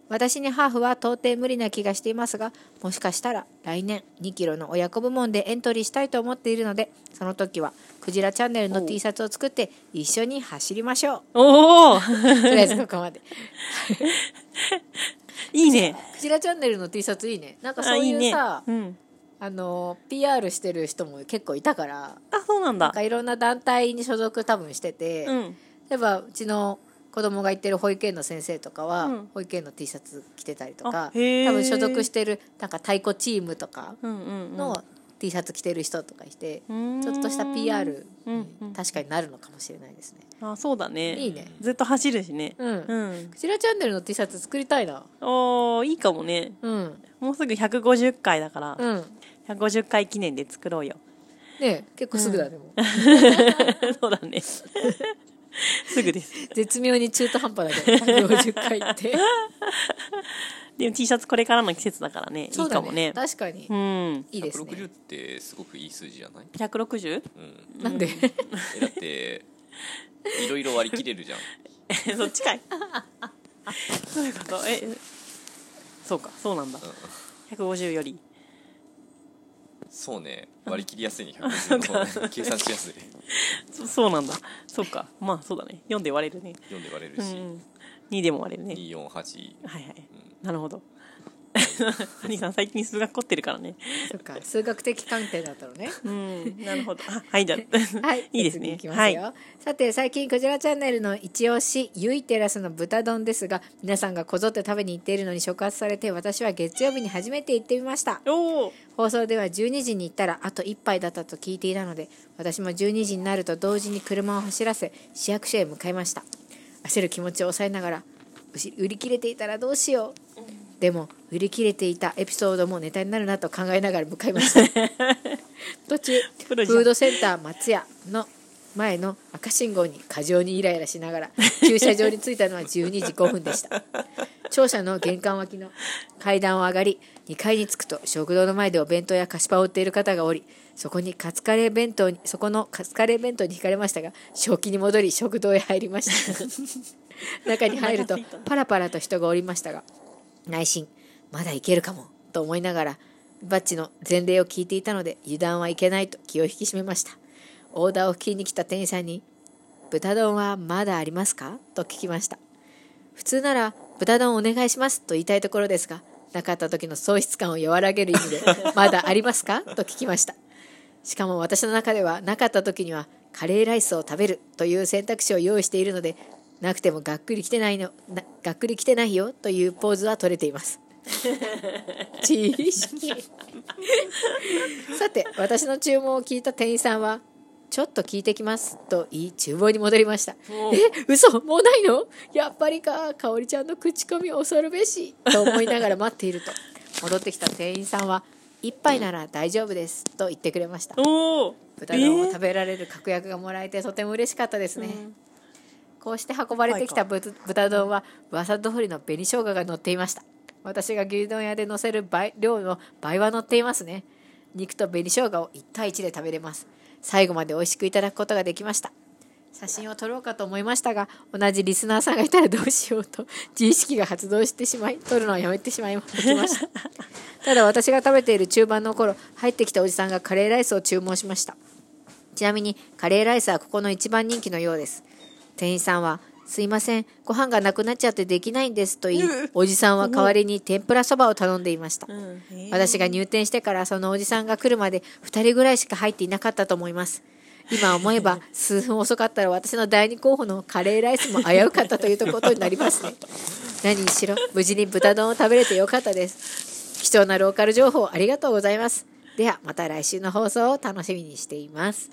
Speaker 2: 私にハーフは到底無理な気がしていますが、もしかしたら来年2キロの親子部門でエントリーしたいと思っているので、その時はクジラチャンネルの T シャツを作って一緒に走りましょう。
Speaker 1: おお、
Speaker 2: とりあえずここまで。
Speaker 1: いいね。
Speaker 2: クジラチャンネルの T シャツいいね。なんか
Speaker 1: あ、
Speaker 2: そう
Speaker 1: い
Speaker 2: い
Speaker 1: いうね。
Speaker 2: さ、
Speaker 1: うん。
Speaker 2: あの PR してる人も結構いたから
Speaker 1: あ、そうなん
Speaker 2: な
Speaker 1: だ
Speaker 2: んか。いろんな団体に所属多分してて、
Speaker 1: うん。
Speaker 2: 例えばうちの子供が行ってる保育園の先生とかは、
Speaker 1: うん
Speaker 2: 保育園の T シャツ着てたりとか
Speaker 1: あへー
Speaker 2: 多分所属してるなんか太鼓チームとか
Speaker 1: うんうんうん。
Speaker 2: の T シャツ着てる人とかいて、
Speaker 1: うーん
Speaker 2: ちょっとした PR に
Speaker 1: うんうん
Speaker 2: 確かになるのかもしれないですね。
Speaker 1: あ、そうだね。
Speaker 2: いいね。
Speaker 1: ずっと走るしね。
Speaker 2: うん
Speaker 1: うん。
Speaker 2: クジラチャンネルの T シャツ作りたいな。
Speaker 1: おお、いいかもね。
Speaker 2: うん。
Speaker 1: もうすぐ150回だから、
Speaker 2: うん。ね
Speaker 1: 150回記念で作ろうよ。
Speaker 2: え結構すぐだね、もう。
Speaker 1: そうだね。すぐです。
Speaker 2: 絶妙に中途半端だ けど、150回って。
Speaker 1: でも T シャツこれからの季節だからね。い
Speaker 2: そう
Speaker 1: い
Speaker 2: だ
Speaker 1: か
Speaker 2: ね
Speaker 1: もね。
Speaker 2: 確かに、
Speaker 1: うん。
Speaker 2: いいです
Speaker 4: 160っ
Speaker 2: ね
Speaker 4: てすごくいい数字じゃない、
Speaker 1: 160?
Speaker 4: うん、
Speaker 2: なんで
Speaker 4: えだって いろいろ割り切れるじゃん
Speaker 1: え そっちかいどういうことえそうかそうなんだ150より
Speaker 4: そうね割り切りやすいね150の 方が計算しやすい
Speaker 1: そそうなんだそうかまあそうだね4で割れるね
Speaker 4: 読んで割れる
Speaker 1: う
Speaker 4: し、
Speaker 1: ん2でも割れるね
Speaker 4: 248
Speaker 1: はいはいなるほど 兄さん最近数学凝ってるからね
Speaker 2: そっか数学的観点だった のね
Speaker 1: うんなるほどあはいじゃあ
Speaker 2: はい
Speaker 1: いいですね
Speaker 2: 次いきますよ、
Speaker 1: は
Speaker 2: さて最近クジラチャンネルの一押しゆいテラスの豚丼ですが皆さんがこぞって食べに行っているのに触発されて私は月曜日に初めて行ってみました
Speaker 1: おお
Speaker 2: 放送では12時に行ったらあと1杯だったと聞いていたので私も12時になると同時に車を走らせ市役所へ向かいました焦る気持ちを抑えながらうし売り切れていたらどうしようでも売り切れていたエピソードもネタになるなと考えながら向かいました 途中フ
Speaker 1: プロじゃん
Speaker 2: ードセンター松屋の前の赤信号に過剰にイライラしながら駐車場に着いたのは12時5分でした庁舎の玄関脇の階段を上がり2階に着くと食堂の前でお弁当や菓子パンを売っている方がおりそこにカツカレー弁当にそこのカツカレー弁当に惹かれましたが正気に戻り食堂へ入りました 中に入るとパラパラと人がおりましたが内心まだいけるかもと思いながらバッチの前例を聞いていたので油断はいけないと気を引き締めましたオーダーを聞きに来た店員さんに「豚丼はまだありますか?」と聞きました普通なら「豚丼お願いします」と言いたいところですがなかった時の喪失感を和らげる意味で 「まだありますか?」と聞きましたしかも私の中ではなかった時にはカレーライスを食べるという選択肢を用意しているのでなくてもがっくりきてないのながっくりきてないよというポーズは取れています知識さて私の注文を聞いた店員さんは「ちょっと聞いてきます」と言い厨房に戻りました
Speaker 1: お
Speaker 2: え嘘もうないのやっぱりかかおりちゃんの口コミ恐るべしと思いながら待っていると戻ってきた店員さんは「一杯なら大丈夫です」と言ってくれました
Speaker 1: おお
Speaker 2: 豚丼を
Speaker 1: え
Speaker 2: 食べられる確約がもらえてとても嬉しかったですね、こうして運ばれてきたぶ豚丼は噂通りの紅生姜が乗っていました私が牛丼屋で乗せる倍量の倍は乗っていますね肉と紅生姜を1対1で食べれます最後まで美味しくいただくことができました写真を撮ろうかと思いましたが同じリスナーさんがいたらどうしようと自意識が発動してしまい撮るのをやめてしまいましたただ私が食べている中盤の頃入ってきたおじさんがカレーライスを注文しましたちなみにカレーライスはここの一番人気のようです店員さんは「すいませんご飯がなくなっちゃってできないんです」と言いおじさんは代わりに天ぷらそばを頼んでいました、
Speaker 1: うんえー
Speaker 2: 私が入店してからそのおじさんが来るまで2人ぐらいしか入っていなかったと思います今思え ば数分遅かったら私の第二候補のカレーライスも危うかったということになりますね何しろ無事に豚丼を食べれてよかったです貴重なローカル情報ありがとうございますではまた来週の放送を楽しみにしています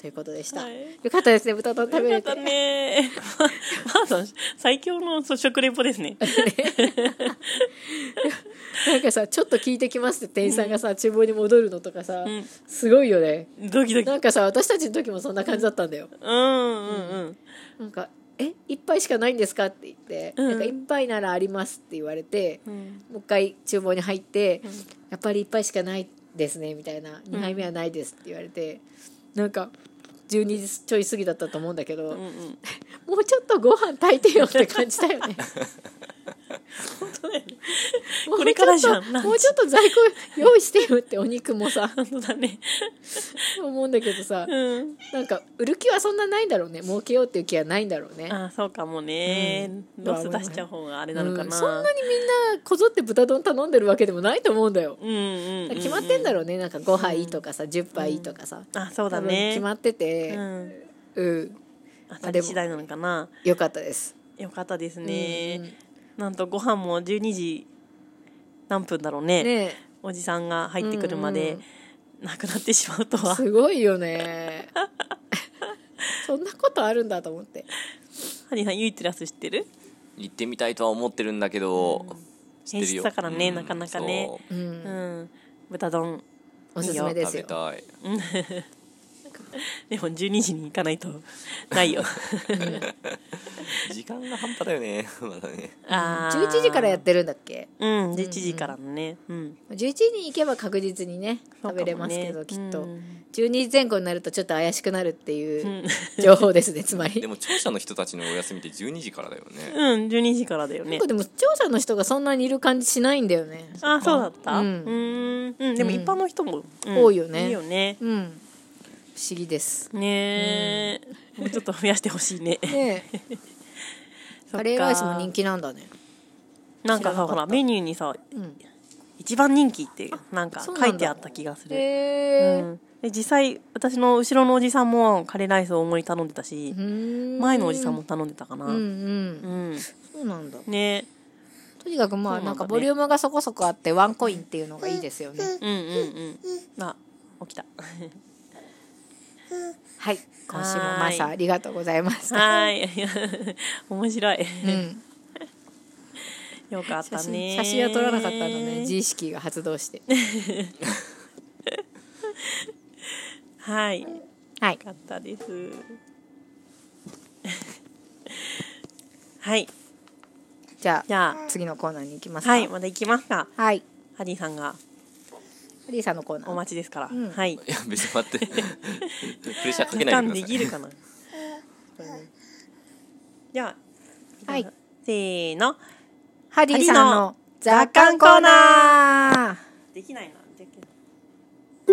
Speaker 2: ということでした、
Speaker 1: はい
Speaker 2: よかったですね豚丼食べ
Speaker 1: よ
Speaker 2: れ
Speaker 1: か
Speaker 2: て
Speaker 1: ったね。まあさん、最強のそう食レポですね。
Speaker 2: なんかさちょっと聞いてきますって店員さんがさ、厨房に戻るのとかさ、
Speaker 1: ん
Speaker 2: すごいよね
Speaker 1: ドキドキ。う
Speaker 2: なんんかさ私たちの時もそんな感じだったんだよ
Speaker 1: うんうん。
Speaker 2: なんか「え一杯しかないんですか?」って言って「
Speaker 1: うん
Speaker 2: なんか一杯ならあります」って言われて、
Speaker 1: うん
Speaker 2: もう一回厨房に入って「やっぱり一杯しかないですね」みたいな「2杯目はないです」って言われて、なんか12時ちょい過ぎだったと思うんだけど、
Speaker 1: うんうん。
Speaker 2: もうちょっとご飯炊いてよって感じだよね。 もうちょっと
Speaker 1: これからじゃん
Speaker 2: もうちょっと在庫用意してよってお肉もさ
Speaker 1: 本当だね。
Speaker 2: 思うんだけどさ
Speaker 1: うん。
Speaker 2: なんか売る気はそんなないんだろうね儲けようっていう気はないんだろうね
Speaker 1: あそうかもね、
Speaker 2: うん
Speaker 1: ロス出しちゃう方があれなのかな、う、
Speaker 2: うんんそんなにみんなこぞって豚丼頼んでるわけでもないと思うんだよ、
Speaker 1: うんうん
Speaker 2: 決まってんだ
Speaker 1: ろ
Speaker 2: ろうねなんか5杯とかさ、10杯とかさ、
Speaker 1: あそうだ
Speaker 2: 多分
Speaker 1: ね
Speaker 2: 決まってて
Speaker 1: うん、
Speaker 2: うん、
Speaker 1: あたり次第なのかな
Speaker 2: よかったです
Speaker 1: よかったです
Speaker 2: うんうん
Speaker 1: ね、なんとご飯も12時何分だろうね
Speaker 2: ね
Speaker 1: おじさんが入ってくるまでなくなってしまうと
Speaker 2: え
Speaker 1: は、
Speaker 2: すごい よねそんなことあるんだと思って
Speaker 1: ハリーさんユイテラス知ってる
Speaker 4: 行ってみたいとは思ってるんだけど、知ってる
Speaker 1: 平日
Speaker 4: よ
Speaker 1: だからね
Speaker 4: うん
Speaker 1: なかなかね
Speaker 4: そう
Speaker 2: うん、
Speaker 1: うん、豚丼
Speaker 2: おすすめですよ
Speaker 4: 食べたい
Speaker 1: でも12時に行かないとない よ
Speaker 4: 時間が半端だよね まだね
Speaker 1: あー
Speaker 2: 11時からやってるんだっけ
Speaker 1: うん11時からのねうん
Speaker 2: 11時に行けば確実にね食べれますけど、
Speaker 1: そうか
Speaker 2: き
Speaker 1: もね
Speaker 2: っと、
Speaker 1: うん
Speaker 2: 12時前後になるとちょっと怪しくなるっていううん 情報ですねつまり
Speaker 4: でも庁舎の人たちのお休みって12時からだよね
Speaker 1: うん、12時からだよね
Speaker 2: 結構。でも視聴者の人がそんなにいる感じしないんだよね
Speaker 1: あ、そうだった。う
Speaker 2: うん
Speaker 1: ーん、うん、でも一般の人も、うん
Speaker 2: 多いよね
Speaker 1: いいよね。
Speaker 2: うん不思議です
Speaker 1: ねえ、もうちょっと増やしてほしい ね。
Speaker 2: ね
Speaker 1: そ
Speaker 2: え
Speaker 1: っか
Speaker 2: カレーライスも人気なんだね
Speaker 1: なんかさ、
Speaker 2: 知らなかった
Speaker 1: ほら、メニューにさ、
Speaker 2: ん
Speaker 1: 一番人気って、なんか
Speaker 2: そうなん
Speaker 1: 書
Speaker 2: だ
Speaker 1: いてあった気がする。
Speaker 2: へ
Speaker 1: うん、で実際私の後ろのおじさんもカレーライスを大盛り頼んでたし、
Speaker 2: え
Speaker 1: 前のおじさんも頼んでたかな
Speaker 2: うんう
Speaker 1: うん、
Speaker 2: んそうなんだ
Speaker 1: ね
Speaker 2: とにかくま
Speaker 1: そうなんだ
Speaker 2: あ
Speaker 1: ね
Speaker 2: なんかボリュームがそこそこあってワンコインっていうのがいいですよね
Speaker 1: うんうんうんあ起 きた
Speaker 2: はい今週も
Speaker 1: はーい
Speaker 2: マサありがとうございました
Speaker 1: はーい 面白い、
Speaker 2: うん
Speaker 1: よかった
Speaker 2: 写
Speaker 1: ね
Speaker 2: 真写真は撮らなかったの ね自意識が発動して
Speaker 1: はい
Speaker 2: はい
Speaker 1: よかったです。 はい、
Speaker 2: じゃ
Speaker 1: じ
Speaker 2: あ
Speaker 1: ゃ
Speaker 2: 次のコーナーに行きま
Speaker 1: あ、
Speaker 2: すか
Speaker 1: はい、まだ行きますか。
Speaker 2: はい
Speaker 1: ハリーさんが
Speaker 2: リーさんのコーナ
Speaker 1: お
Speaker 2: ー
Speaker 1: 待ちですから。
Speaker 2: ん
Speaker 1: はい。
Speaker 4: いや別に 待ってプレッシャーかけ
Speaker 1: 時
Speaker 4: ない
Speaker 1: 間
Speaker 4: で
Speaker 1: で
Speaker 4: ください
Speaker 1: きるか な。じゃあ、
Speaker 2: はい
Speaker 1: せーの。
Speaker 2: ハリーさんの雑感コーナー
Speaker 1: できないな。でき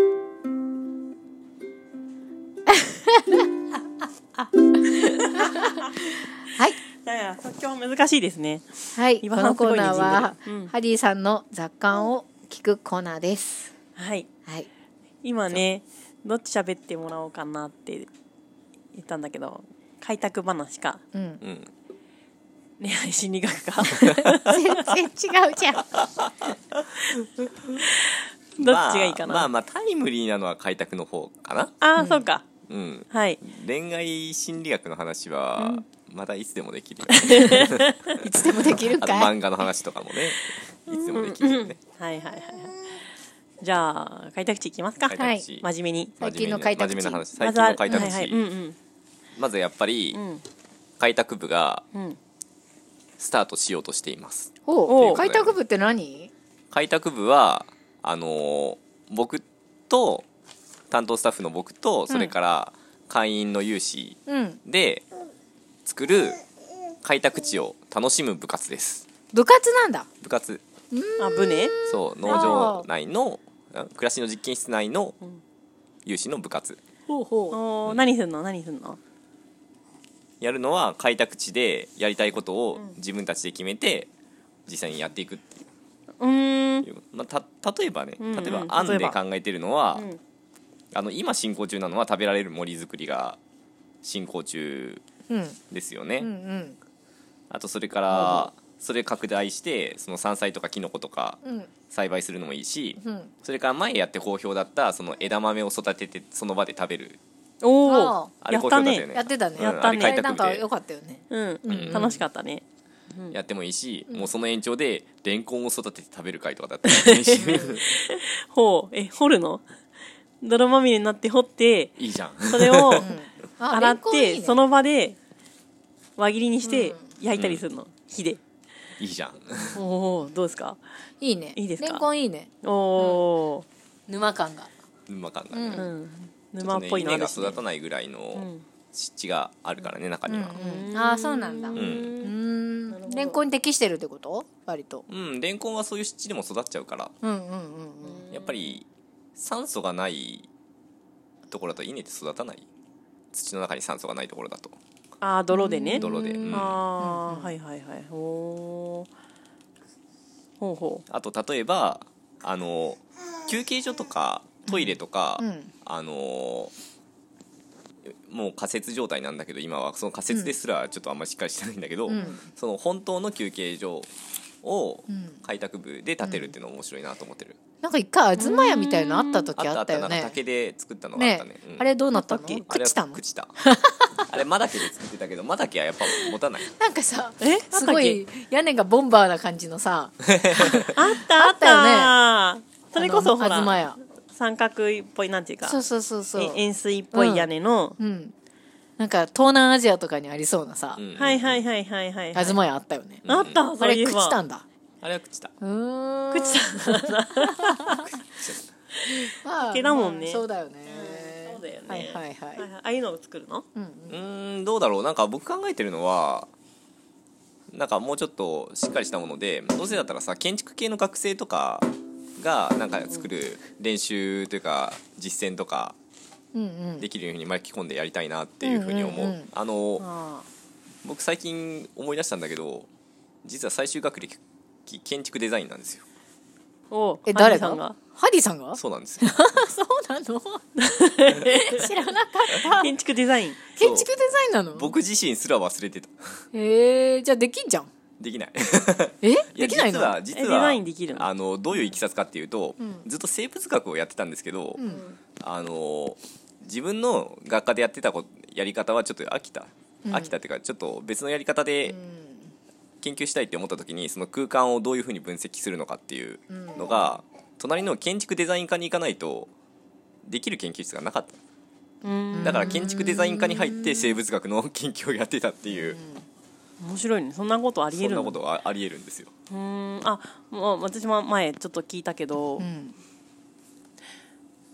Speaker 2: はい
Speaker 1: ないやいや、今日は難しいですね。
Speaker 2: はい、
Speaker 1: 今
Speaker 2: このコーナーは
Speaker 1: すごいねジングルうん
Speaker 2: ハリーさんの雑感を聞くコーナーです。
Speaker 1: はい。
Speaker 2: はい、
Speaker 1: 今ね、どっち喋ってもらおうかなって言ったんだけど、開拓話か
Speaker 2: うん、
Speaker 4: うん
Speaker 1: 恋愛心理学 か
Speaker 2: 全然違うじゃん。
Speaker 1: どっちがいいかな。
Speaker 4: まあ、まあまあタイムリーなのは開拓の方かな
Speaker 1: ああ、そうか。
Speaker 4: うん
Speaker 1: はい。
Speaker 4: 恋愛心理学の話はまだいつでもできるよ、
Speaker 2: いつでもできる
Speaker 4: あと
Speaker 2: かい。
Speaker 4: 漫画の話とかもねいつでもできるよね
Speaker 1: はいはいはいはい。じゃあ開拓地行きますか。
Speaker 4: 開
Speaker 2: は
Speaker 4: 拓
Speaker 2: い
Speaker 4: 地
Speaker 1: 真面目に。
Speaker 2: 最近の開拓地
Speaker 4: 真面目な話
Speaker 1: ま
Speaker 4: 最
Speaker 1: ず
Speaker 4: 近
Speaker 1: は
Speaker 4: の開拓地、
Speaker 1: はいはい、うん
Speaker 4: まずやっぱり
Speaker 1: うんうん
Speaker 4: 開拓部が
Speaker 1: うん。
Speaker 4: スタートしようとしています
Speaker 2: お
Speaker 1: お
Speaker 2: う
Speaker 1: う
Speaker 2: 開拓部って何？
Speaker 4: 開拓部はあのー僕と担当スタッフの僕とそれから会員の有志
Speaker 2: うん、
Speaker 4: で作る開拓地を楽しむ部活です
Speaker 2: 部活なんだ。
Speaker 4: 部活
Speaker 1: あ部ね。
Speaker 4: そう農場内のあ暮らしの実験室内の有志の部活
Speaker 2: ほうほ
Speaker 1: おー何すんの何すんの。
Speaker 4: やるのは開拓地でやりたいことを自分たちで決めて実際にやっていくっていう
Speaker 1: うーん。
Speaker 4: いう、まあ、た例えばね
Speaker 1: んうん
Speaker 4: 例えば案で
Speaker 1: 例えば
Speaker 4: 考えてるのは、
Speaker 1: うん
Speaker 4: あの今進行中なのは食べられる森作りが進行中
Speaker 2: う。うん
Speaker 4: ですよね、
Speaker 2: うんうん。
Speaker 4: あとそれからそれ拡大してその山菜とかキノコとか
Speaker 2: うん
Speaker 4: 栽培するのもいいし、
Speaker 2: うん
Speaker 4: それから前やって好評だったその枝豆を育ててその場で食べる
Speaker 1: おお
Speaker 2: あ
Speaker 4: あれ
Speaker 1: や
Speaker 4: 好
Speaker 1: っ
Speaker 4: 評
Speaker 1: た
Speaker 4: だったよね
Speaker 1: ね
Speaker 2: やってたね
Speaker 4: うん
Speaker 1: やったね
Speaker 4: あれ開
Speaker 2: なん
Speaker 4: 拓
Speaker 2: か
Speaker 4: 部で
Speaker 2: 良かったよね
Speaker 1: うん、
Speaker 4: うん
Speaker 1: 楽しかったね
Speaker 4: やってもいいし、もうその延長でレンコンを育てて食べる会とかだった らいいし
Speaker 1: ほうえ掘るの泥まみれになって掘って
Speaker 4: いいじゃん
Speaker 1: それを
Speaker 2: あ
Speaker 1: 洗っ
Speaker 2: レンコン
Speaker 1: て
Speaker 2: いいね
Speaker 1: その場で輪切りにして
Speaker 2: うん
Speaker 1: 焼いたりするの、火で
Speaker 4: いいじゃん
Speaker 1: おおどうですか
Speaker 2: いいね
Speaker 1: いいですか
Speaker 2: レンコンいいね
Speaker 1: おお
Speaker 2: 沼感が
Speaker 4: 沼感が
Speaker 1: ー、
Speaker 4: ね、
Speaker 1: うん、
Speaker 4: ちょ
Speaker 1: 沼っ
Speaker 4: とね
Speaker 1: ぽいのあ
Speaker 4: 稲が
Speaker 1: るし、ね
Speaker 4: 育たないぐらいの
Speaker 1: ん
Speaker 4: 湿地があるからね中には
Speaker 2: うんああそうなんだ
Speaker 1: う
Speaker 2: うんん
Speaker 1: なるほど
Speaker 2: レンコンに適してるってこと割と
Speaker 4: うん、レンコンはそういう湿地でも育っちゃうから
Speaker 2: うんうんうんうん
Speaker 4: やっぱり酸素がないところだと稲って育たない土の中に酸素がないところだと
Speaker 1: ああ泥でね
Speaker 4: 泥で、うん
Speaker 1: ああ、はいはいはいおおーほうほ
Speaker 4: あと例えばあの休憩所とかトイレとか、
Speaker 2: うん
Speaker 4: あのもう仮設状態なんだけど今はその仮設ですらちょっとあんまりしっかりしてないんだけど、
Speaker 2: うん
Speaker 4: その本当の休憩所を
Speaker 2: うん
Speaker 4: 開拓部で建てるっていうの面白いなと思ってる、
Speaker 2: なんか一回東屋みたいのあった時
Speaker 4: あった
Speaker 2: あ
Speaker 4: あ
Speaker 2: っ
Speaker 4: ったた
Speaker 2: よ
Speaker 4: なんか
Speaker 2: ね
Speaker 4: 竹で作ったのがあったね
Speaker 2: ね
Speaker 4: うん
Speaker 2: あれどうなったの
Speaker 1: あったっ
Speaker 2: 朽
Speaker 1: け
Speaker 2: ちたの
Speaker 4: 朽ちた あれマダケで作ってたけどマダケはやっぱ持たない
Speaker 2: なんかさ
Speaker 1: え
Speaker 2: すごい屋根がボンバーな感じのさ
Speaker 1: うあったあったよねそれこそほ
Speaker 2: あの東
Speaker 1: ら
Speaker 2: 屋
Speaker 1: 三角っぽいなんていうか
Speaker 2: そうそうそうそう
Speaker 1: え円錐っぽい屋根の、
Speaker 2: うんなんか東南アジアとかにありそうなさ
Speaker 4: うん
Speaker 1: はいはいはいはいはい、はい、
Speaker 2: 東屋あったよね
Speaker 1: あった
Speaker 2: あ
Speaker 1: そ
Speaker 2: れ
Speaker 1: ういえ
Speaker 2: 朽
Speaker 1: ば
Speaker 2: ちたんだ
Speaker 4: あれは朽ちた
Speaker 2: うーん
Speaker 1: 朽ちた
Speaker 2: まあ
Speaker 1: 毛だもんね
Speaker 2: まあそうだよね
Speaker 1: そうだよね
Speaker 2: はいはいは
Speaker 1: はいいはいああいうのを作るの
Speaker 2: うん
Speaker 4: うーんどうだろうなんか僕考えてるのはなんかもうちょっとしっかりしたものでどうせだったらさ建築系の学生とかがなんか作る練習というか実践とか
Speaker 2: うんうん
Speaker 4: できるように巻き込んでやりたいなっていうふうに思う,、
Speaker 2: うんうんうん
Speaker 4: あの
Speaker 1: あ
Speaker 4: 僕最近思い出したんだけど実は最終学歴建築デザインなんですよ
Speaker 1: あお
Speaker 2: え
Speaker 1: ハリー
Speaker 2: 誰
Speaker 1: さ
Speaker 2: が
Speaker 1: んが
Speaker 2: ハリーさんが
Speaker 4: そうなん ですよ
Speaker 2: そうなの知らなかった
Speaker 1: 建築デザイン
Speaker 2: 建築デザインなの
Speaker 4: 僕自身すら忘れてた
Speaker 2: えー、じゃあできんじゃん
Speaker 4: できない
Speaker 2: え
Speaker 4: いや
Speaker 2: できないの
Speaker 4: 実は
Speaker 1: え
Speaker 4: 実
Speaker 1: デザ
Speaker 4: は
Speaker 1: インできるの
Speaker 4: あのどういういきさつかっていうと、ずっと生物学をやってたんですけど、
Speaker 2: ん
Speaker 4: あの自分の学科でやってたこやり方はちょっと飽きた飽きたっていうかちょっと別のやり方で研究したいって思った時にその空間をどういうふうに分析するのかっていうのが、隣の建築デザイン科に行かないとできる研究室がなかった
Speaker 1: うん
Speaker 4: だから建築デザイン科に入って生物学の研究をやってたっていう、
Speaker 1: 面白いねそんなことありえ
Speaker 4: そん
Speaker 1: る
Speaker 4: な
Speaker 1: の
Speaker 4: ことがありえるんですよ。
Speaker 1: うーんあもう私も前ちょっと聞いたけど、
Speaker 2: ん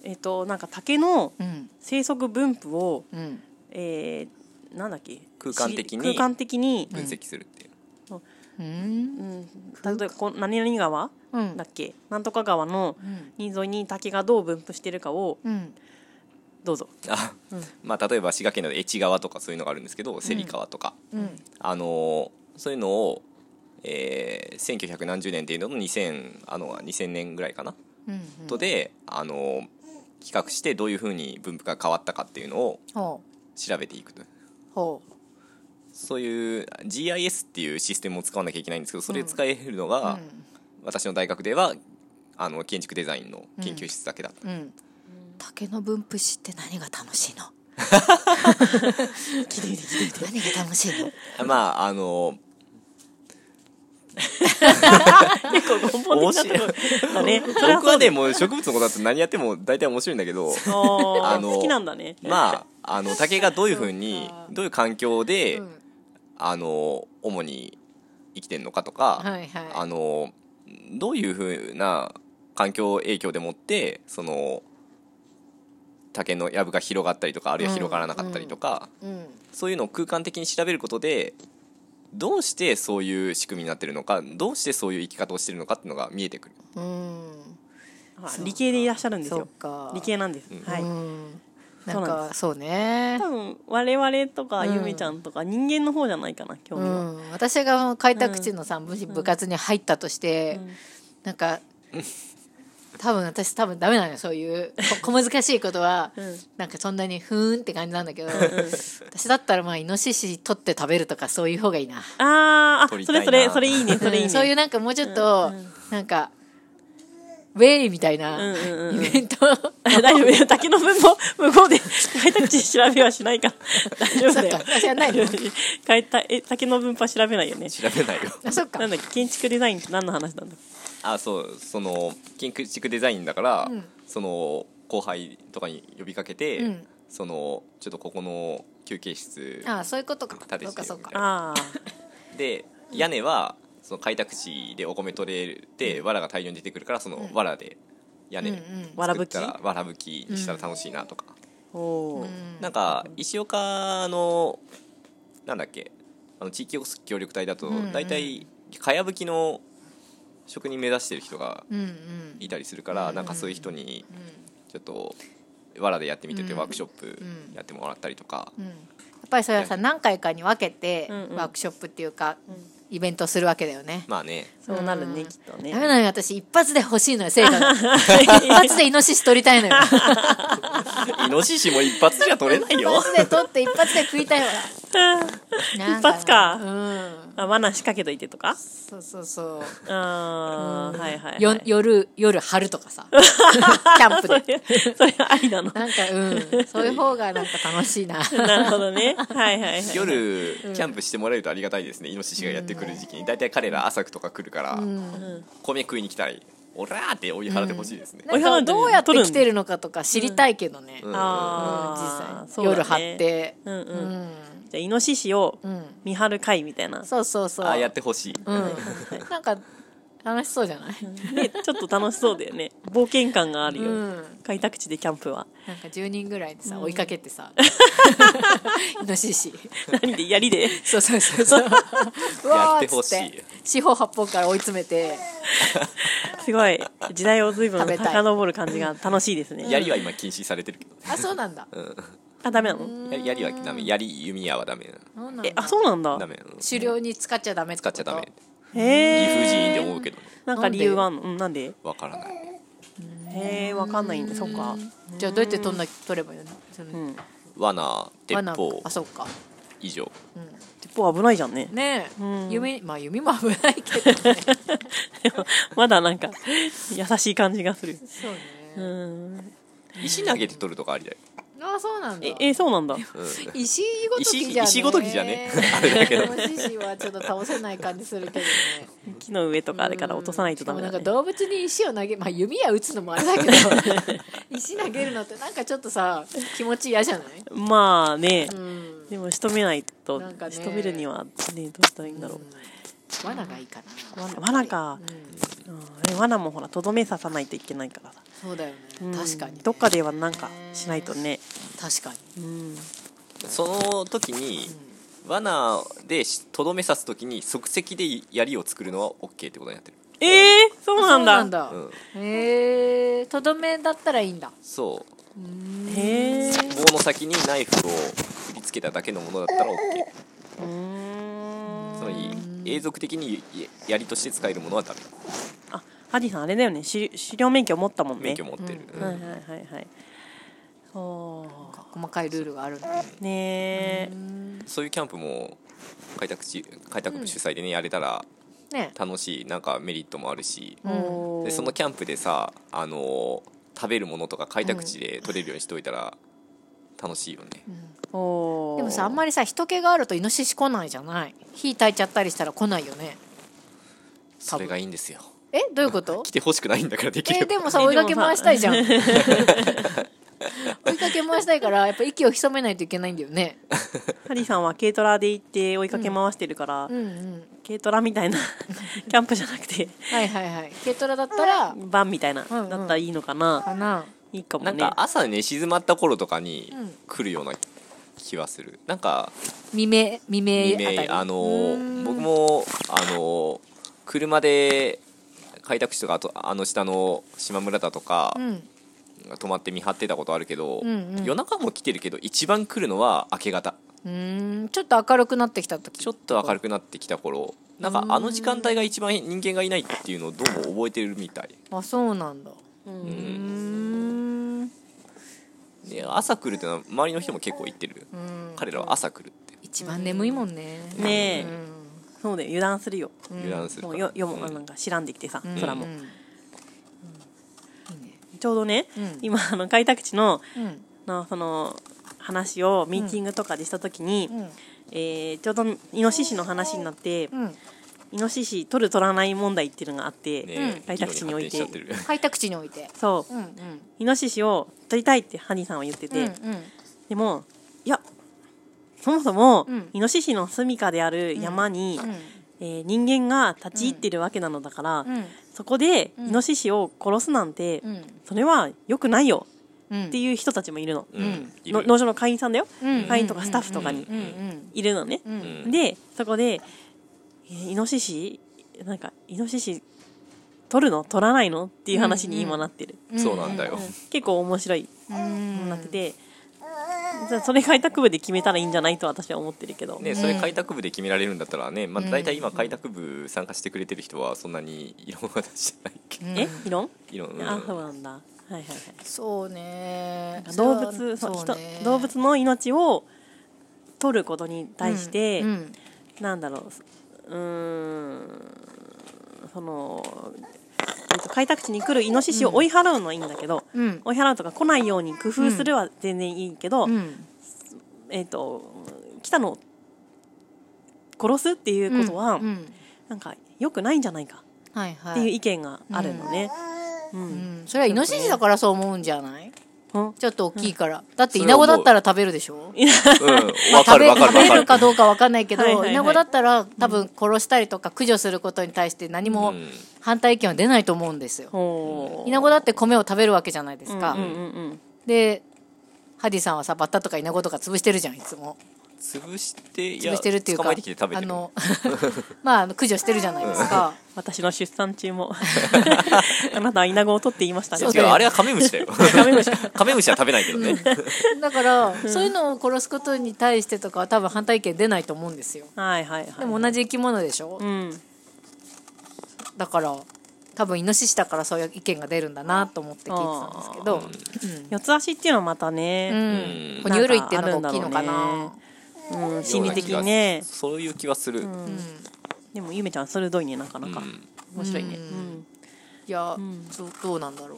Speaker 1: えっ、となんか竹の
Speaker 2: うん
Speaker 1: 生息分布を、
Speaker 2: うん
Speaker 1: えーなんだっけ
Speaker 4: 空間的に
Speaker 1: 空間的に、
Speaker 4: 分析するっていう、
Speaker 2: う
Speaker 1: う
Speaker 2: ん
Speaker 1: ん、例えばこう何々川
Speaker 2: うん
Speaker 1: だっけなんとか川のに沿いに竹がどう分布してるかを
Speaker 2: うん
Speaker 1: ど うぞ
Speaker 4: あまあ、例えば滋賀県の越川とかそういうのがあるんですけど芹川とか、
Speaker 2: うん
Speaker 4: あのーそういうのを、えー、1900何十年っていうのと2000あの2000年ぐらいかな、
Speaker 2: うん
Speaker 4: とで、あのー比較してどういうふうに分布が変わったかっていうのを
Speaker 2: ほ
Speaker 4: 調べていくと
Speaker 2: うほう
Speaker 4: そういう GIS っていうシステムを使わなきゃいけないんですけどそれ使えるのが、私の大学ではあの建築デザインの研究室だけだった、
Speaker 2: うん竹の分布紙って何が楽しいの何が楽しいの
Speaker 4: まああのー
Speaker 1: 結 構根本的なところだねそれはそう
Speaker 4: 僕は
Speaker 1: だ
Speaker 4: ね
Speaker 1: よ
Speaker 4: もう植物のことだと何やっても大体面白いんだけど
Speaker 1: おー
Speaker 4: あの
Speaker 1: 好きなんだね
Speaker 4: まああの竹がどういうふう
Speaker 2: そ
Speaker 4: に
Speaker 2: うか
Speaker 4: どういう環境で、
Speaker 2: うん
Speaker 4: あの主に生きてるのかとか、
Speaker 2: はいはい
Speaker 4: あのどういうふうな環境影響でもってその竹の藪が広がったりとかあるいは広がらなかったりとか、
Speaker 2: うん
Speaker 4: そういうのを空間的に調べることでどうしてそういう仕組みになってるのかどうしてそういう生き方をしてるのかっていうのが見えてくる。
Speaker 2: うん
Speaker 1: あ理系でいらっしゃるんです
Speaker 2: そう
Speaker 1: よ
Speaker 2: か
Speaker 1: 理系なんです、はい
Speaker 2: うん
Speaker 1: そ
Speaker 2: な
Speaker 1: うんなん
Speaker 2: かそうね
Speaker 1: 多分我々とか
Speaker 2: うん
Speaker 1: ゆめちゃんとか人間の方じゃないかな興
Speaker 2: う
Speaker 1: 味は、
Speaker 2: ん私が開拓地のさもし部活に入ったとしてなんか多分私多分ダメなのよそういうこ 小難しいことは、
Speaker 1: ん
Speaker 2: なんかそんなにふーんって感じなんだけど私だったらまあイノシシ取って食べるとかそういう方がいいな
Speaker 1: あーあ
Speaker 4: 取り
Speaker 1: そ
Speaker 4: た
Speaker 1: れ
Speaker 4: いな
Speaker 1: それそれいいねそれいいね、
Speaker 2: うんそういうなんかもうちょっと、なんかウェイみたいな
Speaker 1: うんうんうん
Speaker 2: イベント、
Speaker 1: 大丈夫よ竹の分も向こうで 開拓地調べはしないから大丈夫だよ
Speaker 2: そっか私やんな いの
Speaker 1: 開拓え竹の分派調べないよね
Speaker 4: 調べないよ
Speaker 2: あそっか
Speaker 1: なんだっけ建築デザインって何の話なんだ
Speaker 4: あそうその建築デザインだから、
Speaker 2: うん
Speaker 4: その後輩とかに呼びかけて、
Speaker 2: うん
Speaker 4: そのちょっとここの休憩室
Speaker 2: ああそういうことか
Speaker 4: 立て
Speaker 2: そうかそう
Speaker 4: してるみたい
Speaker 2: か
Speaker 1: ああ
Speaker 4: で屋根はその開拓地でお米取れて、藁が大量に出てくるからその藁で屋根
Speaker 2: うんう
Speaker 4: 作
Speaker 2: ん
Speaker 4: ったら藁ぶきにしたら楽しいなとか、
Speaker 1: おおー、
Speaker 4: なんか石岡のなんだっけあの地域おこし協力隊だと
Speaker 2: うんうん
Speaker 4: 大体かやぶきの職人目指してる人が
Speaker 2: うんうん
Speaker 4: いたりするから、なんかそういう人にちょっと藁でやってみてって
Speaker 2: うん
Speaker 4: ワークショップやってもらったりとか、
Speaker 2: うんやっぱりそれはさ何回かに分けて
Speaker 1: うんうん
Speaker 2: ワークショップっていうかイベントするわけだよね
Speaker 4: まあね
Speaker 1: そうなるね、
Speaker 2: うん
Speaker 1: きっとね
Speaker 2: ダメなのよ私一発で欲しいのよ成果 が一発でイノシシ取りたいのよ
Speaker 4: イノシシも一発じゃ取れない
Speaker 2: 一
Speaker 4: よ
Speaker 2: 発で取って一発で食いたいわ なんな
Speaker 1: 一発か
Speaker 2: うん
Speaker 1: あ罠仕掛けといてとか
Speaker 2: そうそうそう
Speaker 1: ああはいはい、はい、
Speaker 2: よ夜夜春と かさキャンプ
Speaker 1: それ
Speaker 2: で
Speaker 1: それあり なの
Speaker 2: なんかうんそういう方がなんか楽し いな
Speaker 1: なるほどねはいはいはい
Speaker 4: 夜キャンプしてもらえるとありがたいですねイノシシがやってくる時期に大体彼ら朝とか来るから、米食いに来たいおらーって追い払ってほしいですね、
Speaker 2: なんかどうやって来てるのかとか知りたいけどね、
Speaker 4: うん
Speaker 2: うん
Speaker 1: ああ
Speaker 2: 実際夜張って
Speaker 1: うんう
Speaker 2: うんん
Speaker 1: じゃあイノシシを
Speaker 2: うん
Speaker 1: 見張る会みたいな、
Speaker 2: そうそうそう
Speaker 4: ああやってほしい、
Speaker 2: うんなんか楽しそうじゃない、
Speaker 1: ね、ちょっと楽しそうだよね冒険感があるよ、
Speaker 2: うん
Speaker 1: 開拓地でキャンプは
Speaker 2: なんか10人ぐらいでさ、追いかけてさイノシシ
Speaker 1: 何で槍 で
Speaker 2: そうそうそ うそううわーっつっ
Speaker 4: やって
Speaker 2: て四方八方から追い詰めて
Speaker 1: すごい時代を随分
Speaker 2: 食べたい
Speaker 1: 遡る感じが楽しいですね
Speaker 4: 槍は今禁止されてるけど、
Speaker 2: あそうなんだ、
Speaker 1: あダメなの
Speaker 4: や槍はダメ槍弓矢はダメ
Speaker 2: そうなんだ
Speaker 1: えあそうなんだ
Speaker 4: ダメうん
Speaker 2: 狩猟に使っちゃダメって
Speaker 4: 使
Speaker 2: こ
Speaker 4: っ
Speaker 2: と
Speaker 4: ちゃダメ
Speaker 1: へ
Speaker 4: 理
Speaker 1: え
Speaker 4: 不尽って思うけどね
Speaker 1: なんか理由があんのうんなんで
Speaker 4: わからない
Speaker 1: へえわかんないんでそっか
Speaker 2: じゃあどうやって取んな取ればいいのその
Speaker 1: うん
Speaker 4: 罠鉄
Speaker 2: 罠
Speaker 4: 砲
Speaker 2: あそうか
Speaker 4: 以上
Speaker 1: 鉄砲危ないじゃんね
Speaker 2: ねえ、
Speaker 1: うん
Speaker 2: 弓まあ弓も危な いけどね
Speaker 1: まだなんか優しい感じがする
Speaker 2: そうね、
Speaker 1: うん
Speaker 4: 石投げて取るとかありだよ、
Speaker 2: あそうなんだ
Speaker 1: ええそうなんだ
Speaker 4: うん
Speaker 2: 石ごときじゃね
Speaker 4: 石石ごときじゃね
Speaker 2: あれだけど石はちょっと倒せない感じするけどね
Speaker 1: 木の上とかあれから落とさないとダメだ、
Speaker 2: しかもなんか
Speaker 1: ね、
Speaker 2: 動物に石を投げまあ弓矢打つのもあれだ けど石投げるのってなんかちょっとさ気持ち嫌じゃない
Speaker 1: まあね、
Speaker 2: うん
Speaker 1: でも仕留めないと、
Speaker 2: なんかね
Speaker 1: 仕留めるには、ね、どうしたらいいんだろう、
Speaker 2: 罠がいいかな
Speaker 1: 罠罠か、うんで罠もほらとどめ刺さないといけないからさ、
Speaker 2: そうだよね、
Speaker 1: うん
Speaker 2: 確かに
Speaker 1: どっかではなんかしないとね
Speaker 2: 確かに
Speaker 1: うん
Speaker 4: その時に、罠でしとどめ刺す時に即席で槍を作るのは OK ってことになってる
Speaker 1: ええー、そうなんだ
Speaker 2: だ
Speaker 4: うん
Speaker 2: へえとどめだったらいいんだ
Speaker 4: そう
Speaker 1: へえ
Speaker 4: 棒の先にナイフを振り付けただけのものだったら OK
Speaker 1: うーん
Speaker 4: つまり永続的にや槍として使えるものはダメ
Speaker 1: あハリーさんあれだよね狩狩猟免許持ったもんね
Speaker 4: 免許持ってる、うん
Speaker 1: はいはいはいはいおー
Speaker 2: 細かいルールがあるんだ
Speaker 1: ねえ
Speaker 4: そういうキャンプも開拓地開拓部主催でねやれたら
Speaker 2: ね
Speaker 4: 楽しいなんかメリットもあるし、
Speaker 2: うん
Speaker 1: おー
Speaker 4: でそのキャンプでさあのー食べるものとか開拓地で取れるようにしておいたら楽しいよね、
Speaker 1: お
Speaker 2: でもさあんま
Speaker 1: り
Speaker 2: りさ人気があるとイノシシ来ないじゃない火焚いちゃったりしたら来ないよね
Speaker 4: それがいいんですよ
Speaker 2: えどういうこと
Speaker 4: 来てほしくないんだからでき
Speaker 2: え
Speaker 4: れば、
Speaker 2: でもさ追いかけ回したい じゃん追いかけ回したいからやっぱ息を潜めないといけないんだよね
Speaker 1: ハリーさんは軽トラで行って追いかけ回してるから、
Speaker 2: うんうん
Speaker 1: 軽トラみたいなキャンプじゃなくて
Speaker 2: はいはいはい軽トラだったら
Speaker 1: バンみたいな、
Speaker 2: うんうん
Speaker 1: だったらいいのかな
Speaker 2: かない
Speaker 1: いかも
Speaker 4: な
Speaker 1: ね
Speaker 4: んか朝ね静まった頃とかに
Speaker 2: うん
Speaker 4: 来るような気はするなんか
Speaker 2: 未明未明
Speaker 4: 未
Speaker 2: あたり
Speaker 4: 明あの
Speaker 2: うーん
Speaker 4: ー僕もあのー車で開拓地とかあとあの下の島村だとか
Speaker 2: うん
Speaker 4: 泊まって見張ってたことあるけど、
Speaker 2: うんうん
Speaker 4: 夜中も来てるけど一番来るのは明け方
Speaker 2: うーんちょっと明るくなってきた時
Speaker 4: ちょっと明るくなってきた頃なんかあの時間帯が一番人間がいないっていうのをどうも覚えてるみたい
Speaker 2: あそうなんだ
Speaker 1: うん
Speaker 4: で朝来るっていうのは周りの人も結構言ってる、彼らは朝来るって
Speaker 2: 一番眠いもんね
Speaker 1: ねえ、
Speaker 2: うん
Speaker 1: そうだよ油断するよ、
Speaker 4: 油断するか
Speaker 1: もう
Speaker 4: ら
Speaker 1: よよも、
Speaker 4: うん
Speaker 1: なんか知らんできてさ、
Speaker 2: うん
Speaker 1: 空も
Speaker 2: うんいいね
Speaker 1: ちょうどね、
Speaker 2: うん
Speaker 1: 今あの開拓地の
Speaker 2: うん
Speaker 1: のその話をミーティングとかでした時に、
Speaker 2: うん
Speaker 1: えーちょうどイノシシの話になって、
Speaker 2: うん
Speaker 1: イノシシ取る取らない問題っていうのがあって、
Speaker 4: ね
Speaker 1: 開拓地において
Speaker 4: 議論発展しちゃってる
Speaker 2: 開拓地において
Speaker 1: そう、
Speaker 2: うんうん
Speaker 1: イノシシを取りたいってハニーさんは言ってて、
Speaker 2: うんうん
Speaker 1: でもいやそもそも、
Speaker 2: うん
Speaker 1: イノシシの住処である山に、えー人間が立ち入ってるわけなのだから、
Speaker 2: うんうん
Speaker 1: そこで
Speaker 2: うん
Speaker 1: イノシシを殺すなんて、
Speaker 2: うん
Speaker 1: それは良くないよ
Speaker 2: うん
Speaker 1: っていう人たちもいるの,、
Speaker 4: うん
Speaker 2: うん
Speaker 4: い
Speaker 1: の
Speaker 4: る
Speaker 1: 農場の会員さんだよ、
Speaker 2: うん
Speaker 1: 会員とかスタッフとかに
Speaker 2: うんうん
Speaker 1: いるのね、
Speaker 2: うんうん
Speaker 4: うん
Speaker 1: でそこで、えーイノシシなんかイノシシ取るの取らないのっていう話に今なってる、
Speaker 2: うん
Speaker 4: そうなんだよ、
Speaker 1: 結構面白い
Speaker 2: うん
Speaker 1: なってて、じゃあそれ開拓部で決めたらいいんじゃないと私は思ってるけど、
Speaker 4: ね、それ開拓部で決められるんだったらね、まあ、大体今開拓部参加してくれてる人はそんなに異論は出してないけど
Speaker 1: え異論、
Speaker 4: 異論、うん
Speaker 1: あそうなんだはいはいはい
Speaker 2: そうね
Speaker 1: 動物そう人動物の命を取ることに対して、
Speaker 2: うんうん
Speaker 1: なんだろううーんその、えっと、開拓地に来るイノシシを追い払うのはいいんだけど、
Speaker 2: うん
Speaker 1: 追い払うとか来ないように工夫するは全然いいけど、
Speaker 2: うん
Speaker 1: えっと来たのを殺すっていうことは、
Speaker 2: うんうん
Speaker 1: なんか良くないんじゃないか
Speaker 2: はいは
Speaker 1: っていう
Speaker 2: い
Speaker 1: 意見があるのね。うん
Speaker 2: うんそれはイノシシだからそう思うんじゃない
Speaker 1: うん
Speaker 2: ちょっと大きいからだってイナゴだったら食べるでしょ
Speaker 4: うん、わか
Speaker 2: 食
Speaker 4: る
Speaker 2: べ
Speaker 4: わか
Speaker 2: 食
Speaker 4: るわ
Speaker 2: べ
Speaker 4: かる
Speaker 2: るかどうかわかんないけ
Speaker 1: はいはい
Speaker 2: ど
Speaker 1: はい
Speaker 2: イナゴだったら多分殺したりとか駆除することに対して何も
Speaker 4: うん
Speaker 2: 反対意見は出ないと思うんですよ
Speaker 1: ほう
Speaker 2: イナゴだって米を食べるわけじゃないですか、
Speaker 1: うんうんうん
Speaker 2: でハディさんはさバッタとかイナゴとか潰してるじゃんいつも
Speaker 4: 潰していや
Speaker 2: 潰してるっていうか
Speaker 4: 捕まえてきて食べて
Speaker 2: あ
Speaker 4: る
Speaker 2: の まああの駆除してるじゃないですか
Speaker 1: 私の出産中も あなたはイナゴを取っていました
Speaker 4: い
Speaker 1: ね
Speaker 2: そ
Speaker 4: や
Speaker 2: うだよ
Speaker 4: 違うあれはカメムシ だよカメムシカメムシは食べないけどね
Speaker 2: だから、そういうのを殺すことに対してとかは多分反対意見出ないと思うんですよ
Speaker 1: はいはいはい
Speaker 2: でも同じ生き物でしょ、
Speaker 1: うん
Speaker 2: だから多分イノシシだからそういう意見が出るんだなと思って聞いてたんですけど
Speaker 1: 四つ足っていうのはまた
Speaker 2: う
Speaker 1: ね、
Speaker 2: ん
Speaker 4: うん
Speaker 2: 哺乳類っていうのが大きいの
Speaker 1: な
Speaker 2: か
Speaker 1: んかあるんだろ
Speaker 2: な
Speaker 1: うねうん心理的にね
Speaker 4: そういう気はする、
Speaker 1: でもゆめちゃん鋭いねなかなか、
Speaker 4: うん
Speaker 1: 面白いね
Speaker 2: いや、どうどうなんだろう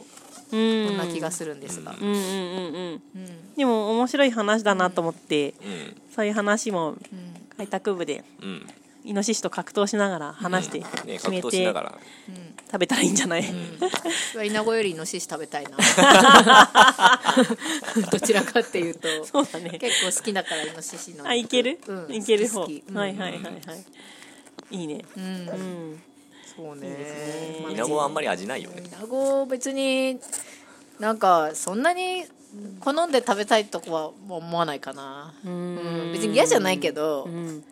Speaker 1: うん、
Speaker 2: そんな気がするんですが、
Speaker 1: うんうんうんうんでも面白い話だなと思って、
Speaker 4: うん
Speaker 1: そういう話も開拓部で
Speaker 4: うん
Speaker 1: イノシシと格闘しながら話して
Speaker 4: ね
Speaker 1: 決
Speaker 4: 格
Speaker 1: め
Speaker 4: 闘してながら
Speaker 1: 食べたらいいんじゃない、
Speaker 2: うん、イナゴよりイノシシ食べたい などちらかっていうと
Speaker 1: そうだね
Speaker 2: 結構好きだからイノシシの肉
Speaker 1: あいける、
Speaker 2: うん、
Speaker 1: いける方、
Speaker 2: 好き好き
Speaker 1: はいはいはいはいいいね
Speaker 2: うん、
Speaker 1: うん
Speaker 2: そうね
Speaker 1: すね
Speaker 2: まあ
Speaker 4: イナゴはあんまり味ないよね
Speaker 2: イナゴ別になんかそんなに好んで食べたいとこはもう思わないかな、うん別に嫌じゃないけど
Speaker 1: う、ん、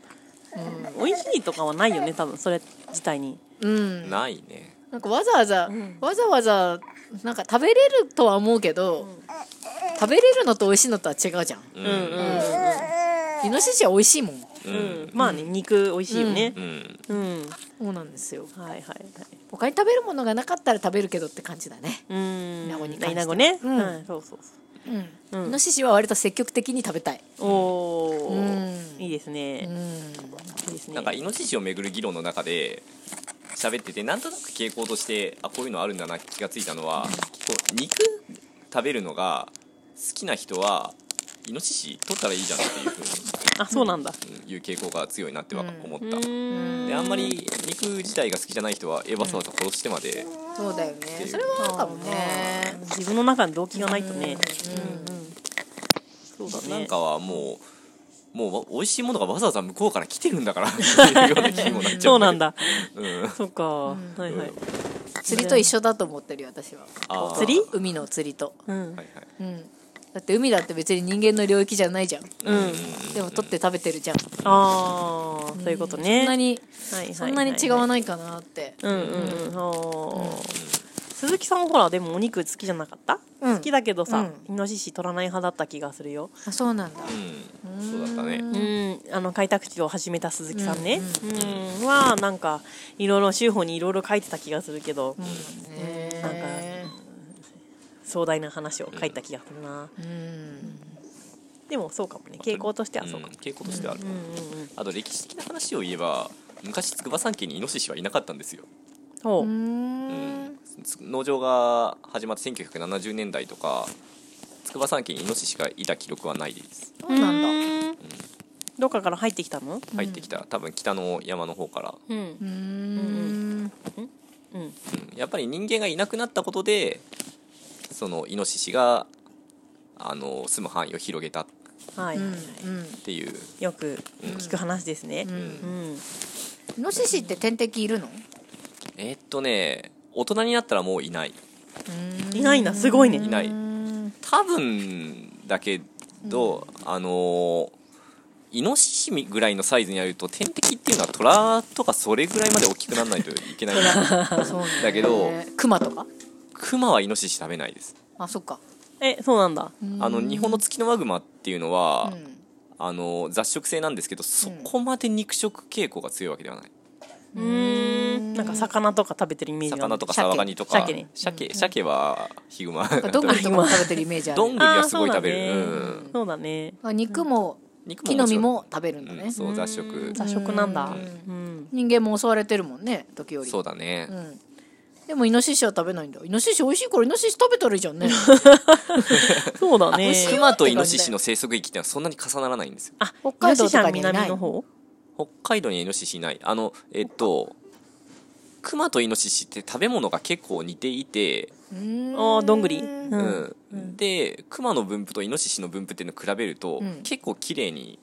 Speaker 1: 美味しいとかはないよね多分それ自体に
Speaker 2: うん、
Speaker 4: ないね
Speaker 2: なんかわざわざ、わざわざなんか食べれるとは思うけど、食べれるのと美味しいのとは違うじゃん、
Speaker 4: うん
Speaker 2: イノシシは美味しいもん
Speaker 4: う
Speaker 1: うん
Speaker 4: ん
Speaker 1: まあね肉美味しいよね
Speaker 4: うん
Speaker 1: うん、
Speaker 2: そうなんですよ
Speaker 1: はいはいはい
Speaker 2: 他に食べるものがなかったら食べるけどって感じだね、
Speaker 1: うん
Speaker 2: イナゴに関しては
Speaker 1: イナゴね、
Speaker 2: うん
Speaker 1: はいそうそう
Speaker 2: うんイノシシは割と積極的に食べたい
Speaker 1: そうおー、
Speaker 2: うん
Speaker 1: いいですね、
Speaker 2: うん
Speaker 1: いいですね
Speaker 4: なんかイノシシをめぐる議論の中で喋っててなんとなく傾向としてあこういうのあるんだなって気がついたのはこう肉食べるのが好きな人はイノシシ取ったらいいじゃんっていうふう
Speaker 1: あそうなんだ
Speaker 4: にうんいう傾向が強いなっては思った、
Speaker 1: うん
Speaker 4: であんまり肉自体が好きじゃない人はえわざわざ殺してまで、
Speaker 2: そうだよねそれはあるかもね
Speaker 1: 自分の中に動機がないとねうんうんそうだね
Speaker 4: なんかはもうもうわ美味しいものがわざわざ向こうから来てるん だからっていうような気にもなっちゃう
Speaker 1: そうなんだ
Speaker 4: うん
Speaker 1: そうか、はいはい、
Speaker 2: 釣りと一緒だと思ってるよ私は
Speaker 4: あー
Speaker 1: 釣り
Speaker 2: 海の釣りと、
Speaker 1: うん
Speaker 4: はいはい
Speaker 2: うん、だって海だって別に人間の領域じゃないじゃん
Speaker 1: うん
Speaker 2: でも取って食べてるじゃんそ
Speaker 1: ああ、そういうことね。
Speaker 2: んなに
Speaker 1: はいはいはいはい
Speaker 2: そんなに違わないかなって
Speaker 1: うんうんうん。おー鈴木さんもほらでもお肉好きじゃなかった？
Speaker 2: うん
Speaker 1: 好きだけどさ、イ
Speaker 2: う
Speaker 1: ノシシ取らない派だった気がするよ。
Speaker 2: あそうなんだ
Speaker 4: うんそうだったね
Speaker 1: うん、あの開拓地を始めた鈴木さんね。うん、はなんかいろいろ州法にいろいろ書いてた気がするけど、
Speaker 2: ね
Speaker 1: なんか壮大な話を書いた気がするな、
Speaker 2: うん
Speaker 1: でもそうかもね傾向としてはそうか
Speaker 4: ん
Speaker 1: も、
Speaker 4: 傾向としてはある、
Speaker 1: うんうんうん
Speaker 4: あと歴史的な話を言えば昔筑波山系にイノシシはいなかったんですよ
Speaker 1: そう、
Speaker 2: うん
Speaker 4: 農場が始まって1970年代とか筑波山系にイノシシがいた記録はないです
Speaker 2: そうなんだ
Speaker 1: だどっかから入ってきたの
Speaker 4: 入ってきた多分北の山の方から、
Speaker 1: うん
Speaker 2: う、ん
Speaker 1: うん、
Speaker 4: うんやっぱり人間がいなくなったことでそのイノシシがあの住む範囲を広げたっ
Speaker 1: はいはい、はい
Speaker 2: うん
Speaker 4: ていう
Speaker 1: よく聞く話ですね
Speaker 2: うん
Speaker 1: うん、
Speaker 2: イノシシって天敵いるの
Speaker 4: えーっとね大人になったらもういない
Speaker 1: いないんだすごいね
Speaker 4: いない
Speaker 2: うん
Speaker 4: 多分だけど、あのーイノシシぐらいのサイズになると天敵っていうのはトラとかそれぐらいまで大きくならないといけない
Speaker 2: そうなん
Speaker 4: だけど
Speaker 2: クマとか
Speaker 4: クマはイノシシ食べないです
Speaker 2: あそっか
Speaker 1: えそうなんだ
Speaker 4: あの日本のツキノワグマっていうのは、
Speaker 2: うん
Speaker 4: あの雑食性なんですけどそこまで肉食傾向が強いわけではない、
Speaker 1: うーんなんか魚とか食べてるイメージがある
Speaker 4: 魚とか
Speaker 2: 鮭
Speaker 4: サワガニとか
Speaker 1: 鮭ね
Speaker 4: 鮭鮭はヒグマ
Speaker 2: どんぐり とかも食べてるイメージある
Speaker 4: どんぐりはすごい食べる
Speaker 1: あー
Speaker 4: う
Speaker 1: そ
Speaker 4: ん
Speaker 1: そうだね
Speaker 2: あ肉も
Speaker 4: 肉
Speaker 2: 木の実も食べるんだ
Speaker 4: う
Speaker 2: ね
Speaker 4: んそう雑食
Speaker 1: 雑食なんだ
Speaker 2: う
Speaker 1: うん
Speaker 2: 人間も襲われてるもんね時折
Speaker 4: そうだね、
Speaker 2: うんでもイノシシは食べないんだイノシシ美味しいからイノシシ食べたらいいじゃんね
Speaker 1: そうだね
Speaker 4: クマとイノシシの生息域ってのはそんなに重ならないんですよ
Speaker 1: あ
Speaker 2: 北海道とかにいない
Speaker 1: 南の方
Speaker 4: 北海道にはイノシシいないあのえっとクマとイノシシって食べ物が結構似ていて、
Speaker 1: ああどんぐり
Speaker 2: うん
Speaker 1: う
Speaker 4: うんんでクマの分布とイノシシの分布っていうのを比べると、
Speaker 2: うん
Speaker 4: 結構綺麗に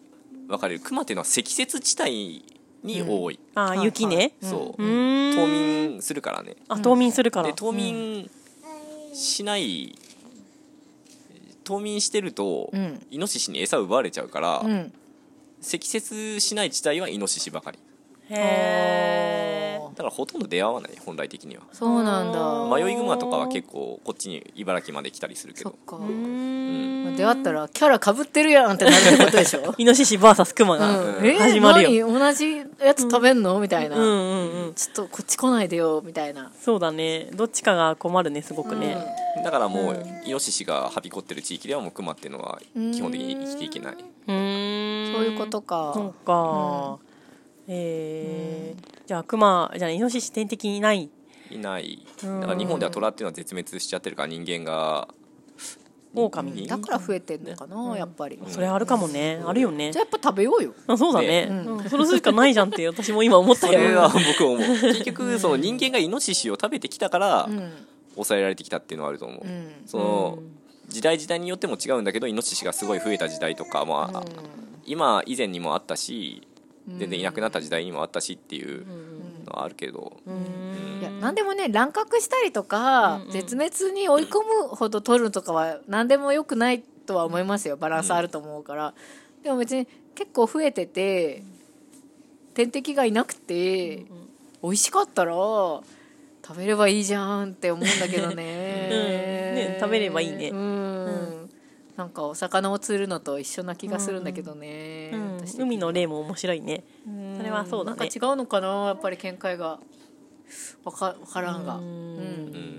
Speaker 4: 分かれるクマっていうのは積雪地帯に多い、
Speaker 1: あ
Speaker 2: はい
Speaker 1: ー雪ね
Speaker 2: うん
Speaker 4: そう、
Speaker 1: うーん
Speaker 4: 冬眠するからね
Speaker 1: あ冬眠するから
Speaker 4: で冬眠しない冬眠してると、
Speaker 2: うん
Speaker 4: イノシシに餌奪われちゃうから、
Speaker 2: うん
Speaker 4: 積雪しない地帯はイノシシばかり
Speaker 1: へー
Speaker 2: あー
Speaker 4: だからほとんど出会わない本来的には
Speaker 2: そうなん
Speaker 1: あ
Speaker 2: だ
Speaker 1: ー
Speaker 4: 迷いグマとかは結構こっちに茨城まで来たりするけ
Speaker 2: そっ
Speaker 4: ど
Speaker 2: か
Speaker 1: うー
Speaker 2: まあ
Speaker 1: ん
Speaker 2: 出会ったらキャラかぶってるやんってなるってことでしょ
Speaker 1: イノシシ VS クマが
Speaker 2: うんえ
Speaker 1: 始まるよ
Speaker 2: 何同じやつ食べんのみたいな、
Speaker 1: うんうんうん
Speaker 2: ちょっとこっち来ないでよみたいな、
Speaker 1: そうだねどっちかが困るねすごくね
Speaker 4: だからもう、イノシシがはびこってる地域ではもうクマっていうのは基本的に生きていけない
Speaker 1: うんん
Speaker 2: そういうことか、
Speaker 1: そうかえーじゃあクマじゃあイノシシ天敵いない
Speaker 4: いない
Speaker 1: うん
Speaker 4: だから日本ではトラっていうのは絶滅しちゃってるから人間が
Speaker 1: オオカミ
Speaker 4: 人
Speaker 2: だ
Speaker 4: 間
Speaker 2: から増えてんのかな、やっぱり、
Speaker 1: それあるかもねあるよね
Speaker 2: じゃあやっぱ食べようよ
Speaker 1: あそうだね
Speaker 4: ね
Speaker 1: うんそれするしかないじゃんって私も今思った
Speaker 4: それは
Speaker 1: よ
Speaker 4: 僕思う結局その人間がイノシシを食べてきたから
Speaker 2: うん
Speaker 4: 抑えられてきたっていうのはあると思う、
Speaker 2: うん
Speaker 4: その時代時代によっても違うんだけどイノシシがすごい増えた時代とか、まあ今以前にもあったし全然いなくなった時代にもあったしっていうのはあるけど、
Speaker 1: うん
Speaker 2: いや何でもね乱獲したりとか、
Speaker 1: うんうん
Speaker 2: 絶滅に追い込むほど取るとかは何でもよくないとは思いますよバランスあると思うから、でも別に結構増えてて天敵がいなくて、美味しかったら食べればいいじゃんって思うんだけどね
Speaker 1: ね食べればいいね
Speaker 2: うん、
Speaker 1: うん
Speaker 2: なんかお魚を釣るのと一緒な気がするんだけどね、
Speaker 1: うん
Speaker 2: 私的に
Speaker 1: 海の例も面白いね
Speaker 2: うん
Speaker 1: それはそうだね
Speaker 2: なんか違うのかなやっぱり見解がわかわからんがうん
Speaker 1: う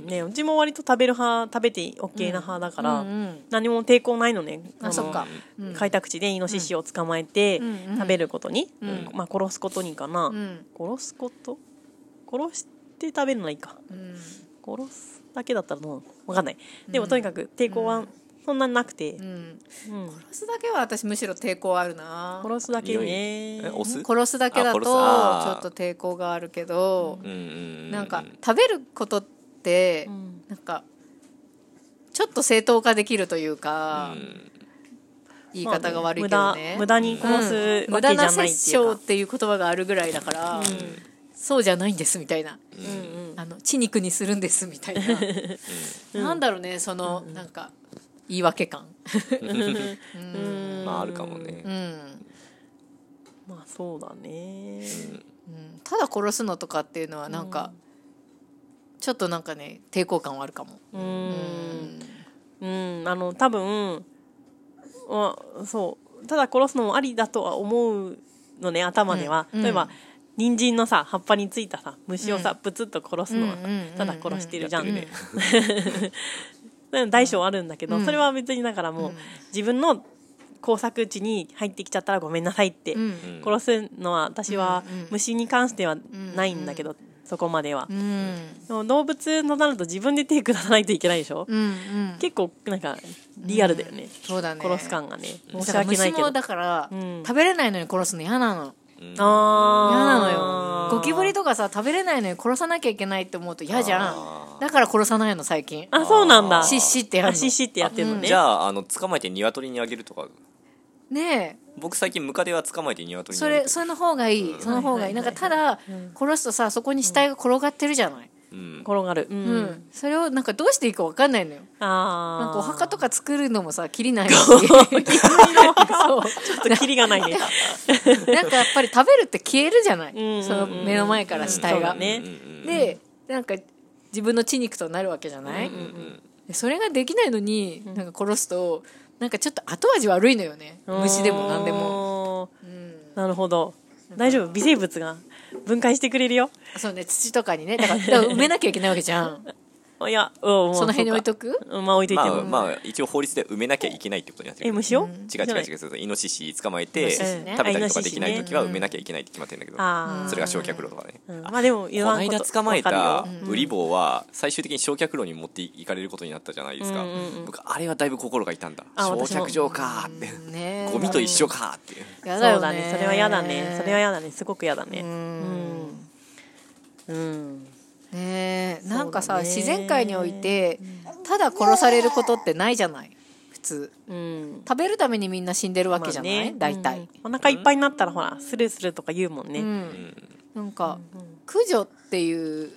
Speaker 1: んねうちも割と食べる派食べて OK な派だから、
Speaker 2: うんうん
Speaker 1: 何も抵抗ないのね
Speaker 2: あそっか、
Speaker 1: の
Speaker 2: うん
Speaker 1: 開拓地でイノシシを捕まえて
Speaker 2: うんうん
Speaker 1: 食べることに、
Speaker 2: うん
Speaker 1: まあ、殺すことにかな、
Speaker 2: うん
Speaker 1: 殺すこと殺して食べるのはいいか
Speaker 2: うん
Speaker 1: 殺すだけだったらどうなのわかんないでもとにかく抵抗はそんなになくて、
Speaker 2: うん
Speaker 1: うん
Speaker 2: 殺すだけは私むしろ抵抗あるな
Speaker 1: 殺すだけね
Speaker 4: えオス
Speaker 2: 殺すだけだとちょ
Speaker 4: あ殺すあー
Speaker 2: っと抵抗があるけど
Speaker 4: うんうんう
Speaker 2: なんか食べることって
Speaker 1: うん
Speaker 2: なんかちょっと正当化できるというか
Speaker 4: うん
Speaker 2: 言い方が悪いけどね
Speaker 1: まあ無駄無駄に殺す
Speaker 2: うん
Speaker 1: わ
Speaker 2: 無
Speaker 1: け
Speaker 2: 駄
Speaker 1: じゃ
Speaker 2: な
Speaker 1: ないって
Speaker 2: 殺
Speaker 1: いう
Speaker 2: 生
Speaker 1: か
Speaker 2: っていう言葉があるぐらいだからそうじゃないんですみたいな
Speaker 1: うんうん
Speaker 2: あの血肉にするんですみたいな、なんだろうねその、なんか言い訳感
Speaker 4: まああるかもね
Speaker 2: うん、
Speaker 1: まあそうだね
Speaker 2: うんただ殺すのとかっていうのはなんか、ちょっとなんかね抵抗感はあるかも、
Speaker 1: う
Speaker 2: うんん
Speaker 1: うん、あの多分あそうただ殺すのもありだとは思うのね頭では、
Speaker 2: うん
Speaker 1: 例えば人参のさ葉っぱについたさ虫をさ、ブツッと殺すのはさ、
Speaker 2: うんうんうんう ん
Speaker 1: ただ殺してるじゃん、
Speaker 4: やってるね
Speaker 1: でも大小あるんだけど、
Speaker 2: うん
Speaker 1: それは別にだからもう、
Speaker 2: うん
Speaker 1: 自分の工作地に入ってきちゃったらごめんなさいって、
Speaker 2: うん
Speaker 1: 殺すのは私は
Speaker 2: うんうん
Speaker 1: 虫に関してはないんだけど、そこまでは
Speaker 2: う、ん
Speaker 1: でも動物となると自分で手下さないといけないでしょ、
Speaker 2: うんうん
Speaker 1: 結構なんかリアルだよね、
Speaker 2: そうだね
Speaker 1: 殺す感がね申
Speaker 2: だ
Speaker 1: し
Speaker 2: から
Speaker 1: 訳ない
Speaker 2: 虫
Speaker 1: け
Speaker 2: も
Speaker 1: ど
Speaker 2: だから
Speaker 1: うん
Speaker 2: 食べれないのに殺すの嫌なの
Speaker 4: うん
Speaker 1: あー
Speaker 2: 嫌なのよゴキブリとかさ食べれないのに殺さなきゃいけないって思うと嫌じゃんだから殺さないの最近
Speaker 1: あそうなんだ
Speaker 2: シッシってやる
Speaker 1: あ
Speaker 2: の
Speaker 1: シッシってやってるのね
Speaker 4: じゃああの捕まえて鶏にあげるとか
Speaker 2: ねえ
Speaker 4: 僕最近ムカデは捕まえて鶏に
Speaker 2: そ
Speaker 4: あげ
Speaker 2: れ
Speaker 4: る
Speaker 2: その方がいいその方がいい
Speaker 1: は
Speaker 2: な
Speaker 1: はいは
Speaker 2: いん
Speaker 1: い
Speaker 2: かただ殺すとさそこに死体が転がってるじゃない
Speaker 4: うん
Speaker 1: 転がるうん、
Speaker 2: うんそれをなんかどうしていいか分かんないのよ
Speaker 1: ああ
Speaker 2: なんかお墓と
Speaker 1: か
Speaker 2: か作るのもさ、キリないし。 そう。
Speaker 1: ちょっとキリがないね
Speaker 2: なんかやっぱり食べるって消えるじゃない
Speaker 1: んうんうん
Speaker 2: その目の前から死体
Speaker 1: そう
Speaker 2: が。
Speaker 1: だね
Speaker 4: うんうん
Speaker 2: で、なんか自分の血肉となるわけじゃない、
Speaker 4: うんうん
Speaker 2: でそれができないのに、なんか殺すと、なんかちょっと後味悪いのよね。 虫でも何でも。
Speaker 1: も
Speaker 2: うん
Speaker 1: なるほど大丈夫微生物が分解してくれるよ
Speaker 2: そうね、土とかにね。だから、だから埋めなきゃいけないわけじゃ ん。
Speaker 1: いや、うん、そ
Speaker 2: その辺に置いとく
Speaker 1: うんまあ置いとい
Speaker 4: ま
Speaker 1: て
Speaker 4: あ
Speaker 1: も、
Speaker 4: まあ一応法律で埋めなきゃいけないってことになってる
Speaker 1: え虫を、
Speaker 4: 違う違う違うそうそうイノシシ捕まえて
Speaker 1: イノシシ
Speaker 4: 食
Speaker 1: ね
Speaker 4: べたりとかできない時は埋めなきゃいけないって決まってるんだけど
Speaker 1: あー
Speaker 4: それが焼却炉とかね
Speaker 1: うん、まあでも言
Speaker 4: この
Speaker 1: わんこと
Speaker 4: 間捕まえ
Speaker 1: わ
Speaker 4: た
Speaker 1: かるよ
Speaker 4: ウリボウは最終的に焼却炉に持っていかれることになったじゃないですか、
Speaker 1: うんうんうん
Speaker 4: 僕あれはだいぶ心が痛んだ
Speaker 1: あ
Speaker 4: 焼
Speaker 1: 私も
Speaker 4: 却場かーって、
Speaker 2: ね
Speaker 4: ゴミと一緒かーっていう
Speaker 2: やだ
Speaker 1: そう
Speaker 2: よ
Speaker 1: だ
Speaker 2: ね
Speaker 1: ね。それは嫌だねそれは嫌だねすごく嫌だね
Speaker 2: うん
Speaker 1: うん、うん
Speaker 2: ねえなんか
Speaker 1: そ
Speaker 2: さ、
Speaker 1: うだね
Speaker 2: 自然界においてただ殺されることってないじゃない普通
Speaker 1: うん
Speaker 2: 食べるためにみんな死んでるわけじゃない、大体、
Speaker 1: うんお腹いっぱいになったらほらスルスルとか言うもんね、
Speaker 2: うんなんか、
Speaker 1: うん
Speaker 2: 駆除っていう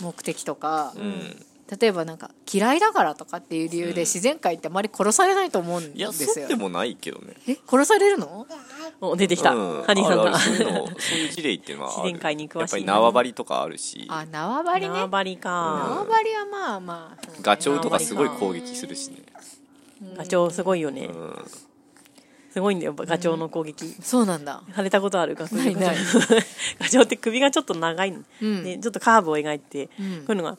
Speaker 2: 目的とか、
Speaker 4: うん、
Speaker 2: 例えばなんか嫌いだからとかっていう理由で自然界ってあまり殺されないと思うん
Speaker 4: い
Speaker 2: で
Speaker 4: や
Speaker 2: す
Speaker 4: そう
Speaker 2: よ
Speaker 4: でもないけどね
Speaker 2: え殺されるの
Speaker 1: お出てきた、
Speaker 4: うん
Speaker 1: ハニーさん
Speaker 4: ある
Speaker 1: が
Speaker 4: あるそういうのそういう事例っていうのはある
Speaker 1: 自然界に詳しいね
Speaker 4: やっぱり縄張りとかあるし
Speaker 2: あ縄張りね
Speaker 1: 縄
Speaker 2: 縄張
Speaker 1: 張りか、
Speaker 2: りはまあまあ、
Speaker 4: ガチョウとかすごい攻撃するしね、
Speaker 1: ガチョウすごいよね、
Speaker 4: うん、
Speaker 1: すごいんだよガチョウの攻撃、
Speaker 2: そうなんだ
Speaker 1: されたことあるガチョウ
Speaker 2: ないない
Speaker 1: ガチョウって首がちょっと長いの、
Speaker 2: うん
Speaker 1: でちょっとカーブを描いて、
Speaker 2: うん
Speaker 1: こういうのが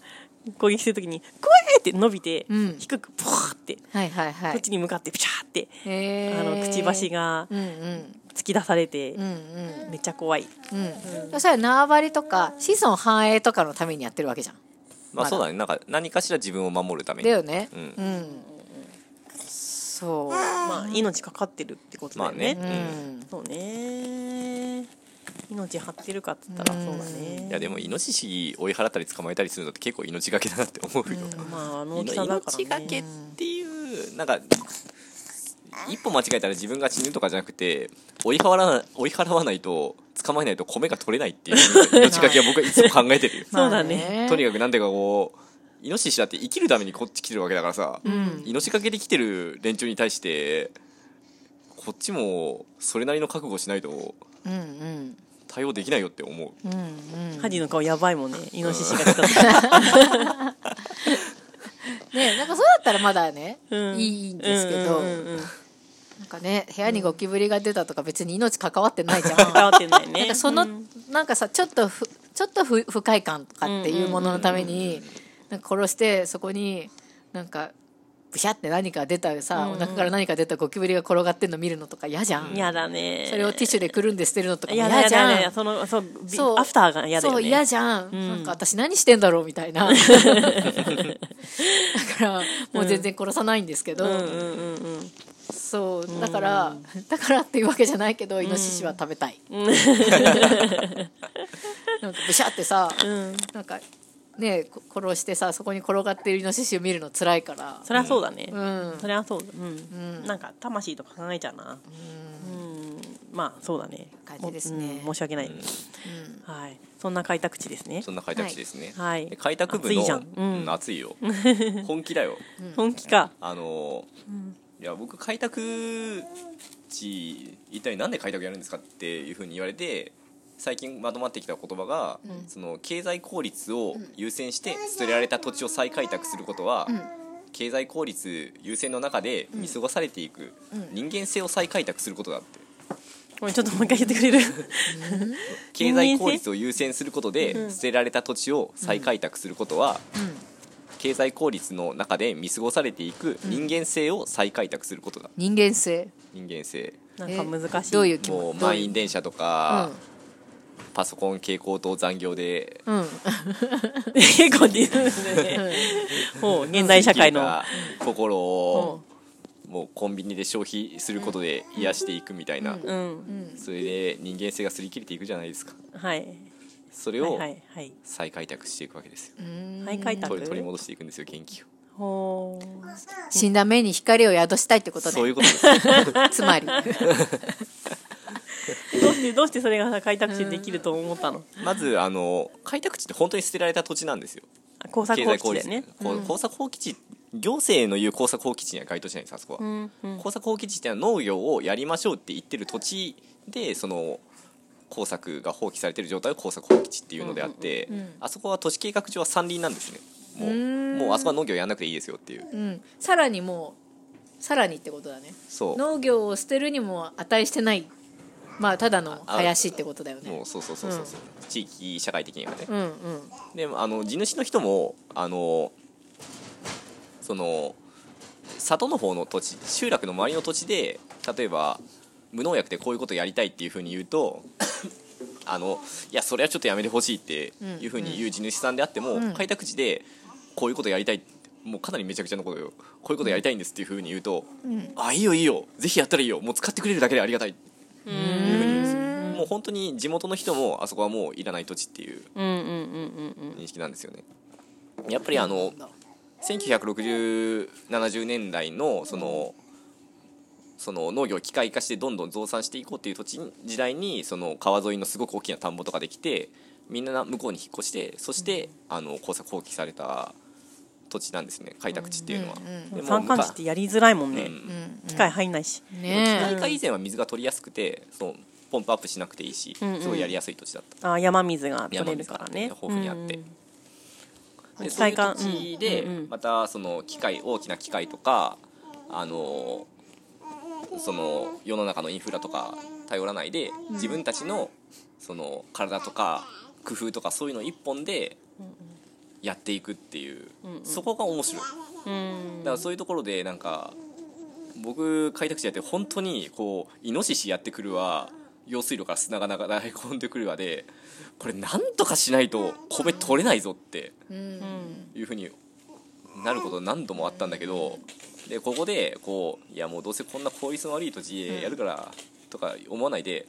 Speaker 1: 攻撃するときに「クエー!」って伸びて、
Speaker 2: うん
Speaker 1: 低くポワーって、
Speaker 2: はいはいはい
Speaker 1: こっちに向かってピシャーって、
Speaker 2: へー
Speaker 1: あのくちばしが
Speaker 2: うんうん
Speaker 1: 突き出されて、
Speaker 2: うんうん
Speaker 1: めっちゃ怖い
Speaker 2: うん、それは縄張りとか子孫繁栄とかのためにやってるわけじゃん
Speaker 4: まあそうだねなんか何かしら自分を守るために
Speaker 2: だよね
Speaker 4: うん
Speaker 2: うん、そ
Speaker 1: まあ命かかってるってことだよね,、
Speaker 2: う、
Speaker 4: ま
Speaker 2: う
Speaker 4: あね
Speaker 2: ん、
Speaker 1: そうね命張ってるかっつったらそうだね
Speaker 4: いやでもイノシシ追い払ったり捕まえたりするのって結構命がけだなって思うよ、
Speaker 1: まああの大きさだから、ね、
Speaker 4: 命がけっていうなんか一歩間違えたら自分が死ぬとかじゃなくて追い払わな追い払わないと捕まえないと米が取れないっていう命がけは僕はいつも考えてるよ
Speaker 1: そうだね
Speaker 4: とにかくなんていうかこうイノシシだって生きるためにこっち来てるわけだからさ、命がけで来てる連中に対してこっちもそれなりの覚悟しないと
Speaker 2: うんうん
Speaker 4: 対応できないよって思う
Speaker 2: うんうん
Speaker 1: ハディの顔やばいもんねイノシシが来た時
Speaker 2: ねえなんかそうだったらまだね、
Speaker 1: うん
Speaker 2: いいんですけど、
Speaker 1: うんうんうんうん
Speaker 2: なんかね部屋にゴキブリが出たとか別に命関わってないじゃん
Speaker 1: 関わってないね
Speaker 2: なんかその、
Speaker 1: うん
Speaker 2: なんかさちょっとふちょっと不不快感とかっていうもののために、なんか殺してそこになんかブシャって何か出たさ、お腹から何か出たゴキブリが転がってんの見るのとか嫌じゃん、
Speaker 1: やだね
Speaker 2: それをティッシュでくるんで捨てるのとかも
Speaker 1: やだ
Speaker 2: 嫌
Speaker 1: や
Speaker 2: じゃん
Speaker 1: だやだそのそうビ
Speaker 2: そう
Speaker 1: アフターが嫌だよ
Speaker 2: そう
Speaker 1: ね
Speaker 2: 嫌じゃん、
Speaker 1: ん
Speaker 2: なんか私何してんだろうみた いなだからもう全然殺さないんですけど、
Speaker 1: うんうんうんうん
Speaker 2: そうだから、だからっていうわけじゃないけどイノシシは食べたい、なんかブシャってさ、
Speaker 1: ん
Speaker 2: なんかねこ殺してさそこに転がってるイノシシを見るの辛いから
Speaker 1: そりゃそうだね、
Speaker 2: うん
Speaker 1: そりゃそうだうん、なんか魂とか考えちゃうなうん、まあそうだね
Speaker 2: 感じですね
Speaker 1: もうん申し訳ない、はいそんな開拓地ですね
Speaker 4: そんな開拓地ですね、
Speaker 1: はい
Speaker 4: で開拓部
Speaker 1: 暑
Speaker 4: の
Speaker 1: いじゃんうん
Speaker 4: うん暑 いよ本気だよ
Speaker 1: 本気か
Speaker 4: あのーいや僕開拓地一体なんで開拓やるんですかっていうふうに言われて最近まとまってきた言葉が、その経済効率を優先して捨てられた土地を再開拓することは、経済効率優先の中で見過ごされていく人間性を再開拓することだって
Speaker 1: ごめんちょっともう一回言ってくれる
Speaker 4: 経済効率を優先することで捨てられた土地を再開拓することは、経済効率の中で見過ごされていく人間性を再開拓することだ、
Speaker 2: 人間性
Speaker 4: 人間性
Speaker 1: なんか難しい。
Speaker 2: えどういう気
Speaker 4: もう
Speaker 2: 持ちどう
Speaker 4: 満
Speaker 2: い
Speaker 4: 員
Speaker 2: う
Speaker 4: 電車とか、パソコン蛍光灯残業で
Speaker 2: うん、うん、
Speaker 1: 結構ディズニーね。もう現代社会の。
Speaker 4: 心
Speaker 1: うん
Speaker 4: をもうコンビニで消費することで癒していくみたいな、
Speaker 1: うん。
Speaker 4: それで人間性が擦り切れていくじゃないですか
Speaker 1: はい。
Speaker 4: それ
Speaker 1: はい
Speaker 4: を
Speaker 1: はいはい。
Speaker 4: 再開拓していくわけですよ、
Speaker 2: うん
Speaker 1: はい、書いた
Speaker 4: 取り取り戻していくんですよ元気を
Speaker 1: ほ
Speaker 2: 死んだ目に光を宿したいってことね
Speaker 4: そういうことです
Speaker 2: つま り
Speaker 1: う。どうして、どうしてそれがさ開拓地できると思ったの
Speaker 4: まずあの開拓地って本当に捨てられた土地なんですよ
Speaker 1: あ工作
Speaker 4: 経
Speaker 1: 放
Speaker 4: 済
Speaker 1: 棄
Speaker 4: 効
Speaker 1: 地だよ
Speaker 4: 率、
Speaker 1: ね。
Speaker 4: こう耕作放棄地行政の言う耕作放棄地には該当しないんですあそこは、
Speaker 1: うん。うん
Speaker 4: 耕作放棄地っていうのは農業をやりましょうって言ってる土地でその耕作が放棄されてる状態を耕作放棄地っていうのであって、あそこは都市計画上は山林なんですねも
Speaker 2: うー
Speaker 4: うんもうあそこは農業やんなくていいですよっていう
Speaker 2: うんさらにもうさらにってことだね
Speaker 4: そう
Speaker 2: 農業を捨てるにも値してないまあただの林ってことだよね
Speaker 4: もうそうそうそうそうそう、地域社会的にはね
Speaker 2: うんうん
Speaker 4: であの地主の人もあのその里の方の土地集落の周りの土地で例えば無農薬でこういうことやりたいっていうふうに言うとあのいやそれはちょっとやめてほしいっていうふうに言う地主さんであっても、
Speaker 2: ん
Speaker 4: 開拓地でこういうことやりたいもうかなりめちゃくちゃなことよこういうことやりたいんですっていうふうに言うと「あいいよいいよぜひやったらいいよもう使ってくれるだけでありがたい」っていうふうに言うんですよもう本当に地元の人もあそこはもういらない土地っていう
Speaker 1: うんうんうんうん
Speaker 4: 認識なんですよねやっぱりあの196070年代のそのその農業を機械化してどんどん増産していこうっていう土地時代にその川沿いのすごく大きな田んぼとかできてみんな向こうに引っ越してそしてあの耕作放棄された土地なんですね開拓地っていうのは。
Speaker 1: う
Speaker 4: で
Speaker 1: ん。
Speaker 4: も
Speaker 1: 山間地ってやりづらいもん
Speaker 4: う
Speaker 1: ね。
Speaker 4: ん
Speaker 1: 機械入んないし。
Speaker 4: 機
Speaker 2: ね
Speaker 4: 械化以前は水が取りやすくてそのポンプアップしなくていいし
Speaker 1: うんうん
Speaker 4: すごいやりやすい土地だった。
Speaker 1: あ、山水が取
Speaker 4: 山
Speaker 1: れ
Speaker 4: で
Speaker 1: る
Speaker 4: す
Speaker 1: から
Speaker 4: ね
Speaker 1: ね。
Speaker 4: 豊富にあって、
Speaker 1: うん
Speaker 4: でそういう
Speaker 1: 機械化
Speaker 4: 土地で、
Speaker 1: うんうんうん
Speaker 4: またその機械大きな機械とかあのその世の中のインフラとか頼らないで自分たちのその体とか工夫とかそういうの一本でやっていくっていう、
Speaker 1: んうん
Speaker 4: そこが面白い
Speaker 1: うん。うん
Speaker 4: だからそういうところでなんか僕開拓地やって本当にこうイノシシやってくるわ用水路から砂が流れ込んでくるわでこれなんとかしないと米取れないぞって
Speaker 2: うん
Speaker 4: いうふうになること何度もあったんだけどでここでこういやもうどうせこんな効率の悪い土地でやるからとか思わないで、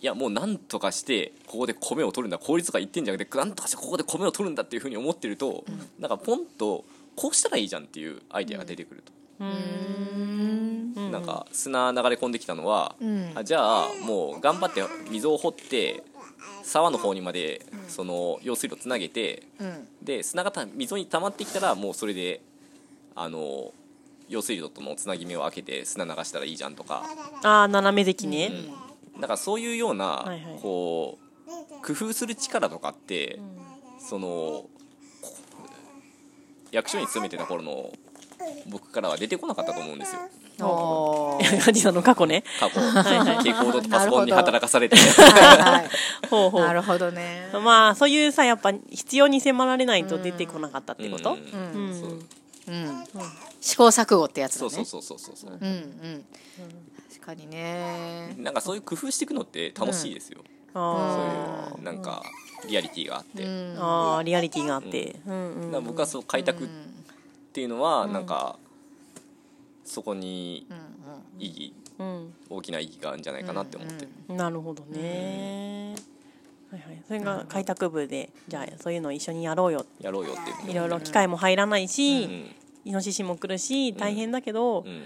Speaker 4: いやもうなんとかしてここで米を取るんだ効率とか言ってんじゃなくてなんとかしてここで米を取るんだっていうふうに思ってると、なんかポンとこうしたらいいじゃんっていうアイデアが出てくると。
Speaker 2: うん
Speaker 1: うん
Speaker 4: なんか砂流れ込んできたのは、
Speaker 2: ん
Speaker 4: あじゃあもう頑張って溝を掘って沢の方にまでその用水路つなげて
Speaker 2: うん
Speaker 4: で砂がた溝に溜まってきたらもうそれであの用水路とのつなぎ目を開けて砂流したらいいじゃんとか、
Speaker 1: あー、斜め的ね。
Speaker 4: なんかそういうような、
Speaker 1: いはい
Speaker 4: こう工夫する力とかって、そのこ役所に勤めてた頃の僕からは出てこなかったと思うんですよ。
Speaker 2: おー
Speaker 1: カジさんの過去ね。
Speaker 4: 過去
Speaker 1: いはい
Speaker 4: 蛍光灯とパソコンに働かさ れて
Speaker 2: はい はい
Speaker 1: ほうほ
Speaker 2: な
Speaker 1: う。
Speaker 2: るほどね
Speaker 1: まあ、そういうさ、やっぱ必要に迫られないと出てこなかったってこと
Speaker 4: うん
Speaker 1: うん
Speaker 4: そう
Speaker 2: うん試行錯誤ってやつだ
Speaker 4: そう
Speaker 2: ね
Speaker 4: そうそうそうそう
Speaker 2: うんうん確かにね
Speaker 4: なんかそういう工夫していくのって楽しいですよ、そう
Speaker 1: あ
Speaker 4: いうなんかリアリティがあって、
Speaker 1: ー
Speaker 2: う
Speaker 1: あー、リアリティがあって。うんうん
Speaker 4: だから僕はそう開拓っていうのはなんかそこに意義
Speaker 1: うん。
Speaker 4: 大きな意義があるんじゃないかなって思ってる、
Speaker 1: なるほどね。はいはい。それが開拓部で、じゃあそういうのを一緒にやろうよ。
Speaker 4: やろうよっていう
Speaker 1: いろいろ機械も入らないし、
Speaker 4: うん
Speaker 1: イノシシも来るし、大変だけど、
Speaker 4: うん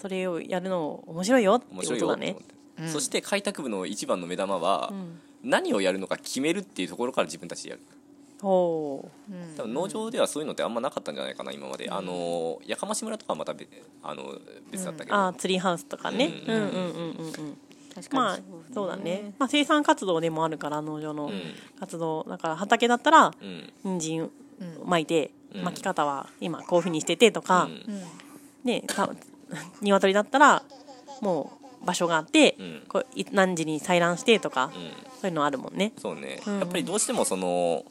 Speaker 1: それをやるの面白いよって
Speaker 4: 面
Speaker 1: こ
Speaker 4: 白い
Speaker 1: と
Speaker 4: よ
Speaker 1: だ
Speaker 4: と思
Speaker 1: ね
Speaker 4: っ。て、そして開拓部の一番の目玉は
Speaker 1: ん
Speaker 4: 何をやるのか決めるっていうところから自分たちでやる
Speaker 1: ほう。
Speaker 4: 多分農場ではそういうのってあんまなかったんじゃないかな今まで、あのやかまし村とかはまた別あの別だったけど、
Speaker 1: ああ、ツリーハウスとかね。う
Speaker 4: うんん
Speaker 1: うんうんうんうん。
Speaker 2: 確
Speaker 1: まあ
Speaker 2: かに
Speaker 1: そうだね、まあ、生産活動でもあるから農場の
Speaker 4: ん
Speaker 1: 活動、だから畑だったら
Speaker 4: うん
Speaker 1: 人参巻いて、
Speaker 4: うん
Speaker 1: 巻き方は今こういうふうにしててと
Speaker 4: う
Speaker 1: か、
Speaker 4: ん
Speaker 2: うん
Speaker 1: ねか 鶏だったらもう場所があって、
Speaker 4: うん
Speaker 1: こうい何時に採卵してとか、
Speaker 4: うん
Speaker 1: そういうのあるもんね。
Speaker 4: そうね、
Speaker 1: うん
Speaker 4: やっぱりどうしてもその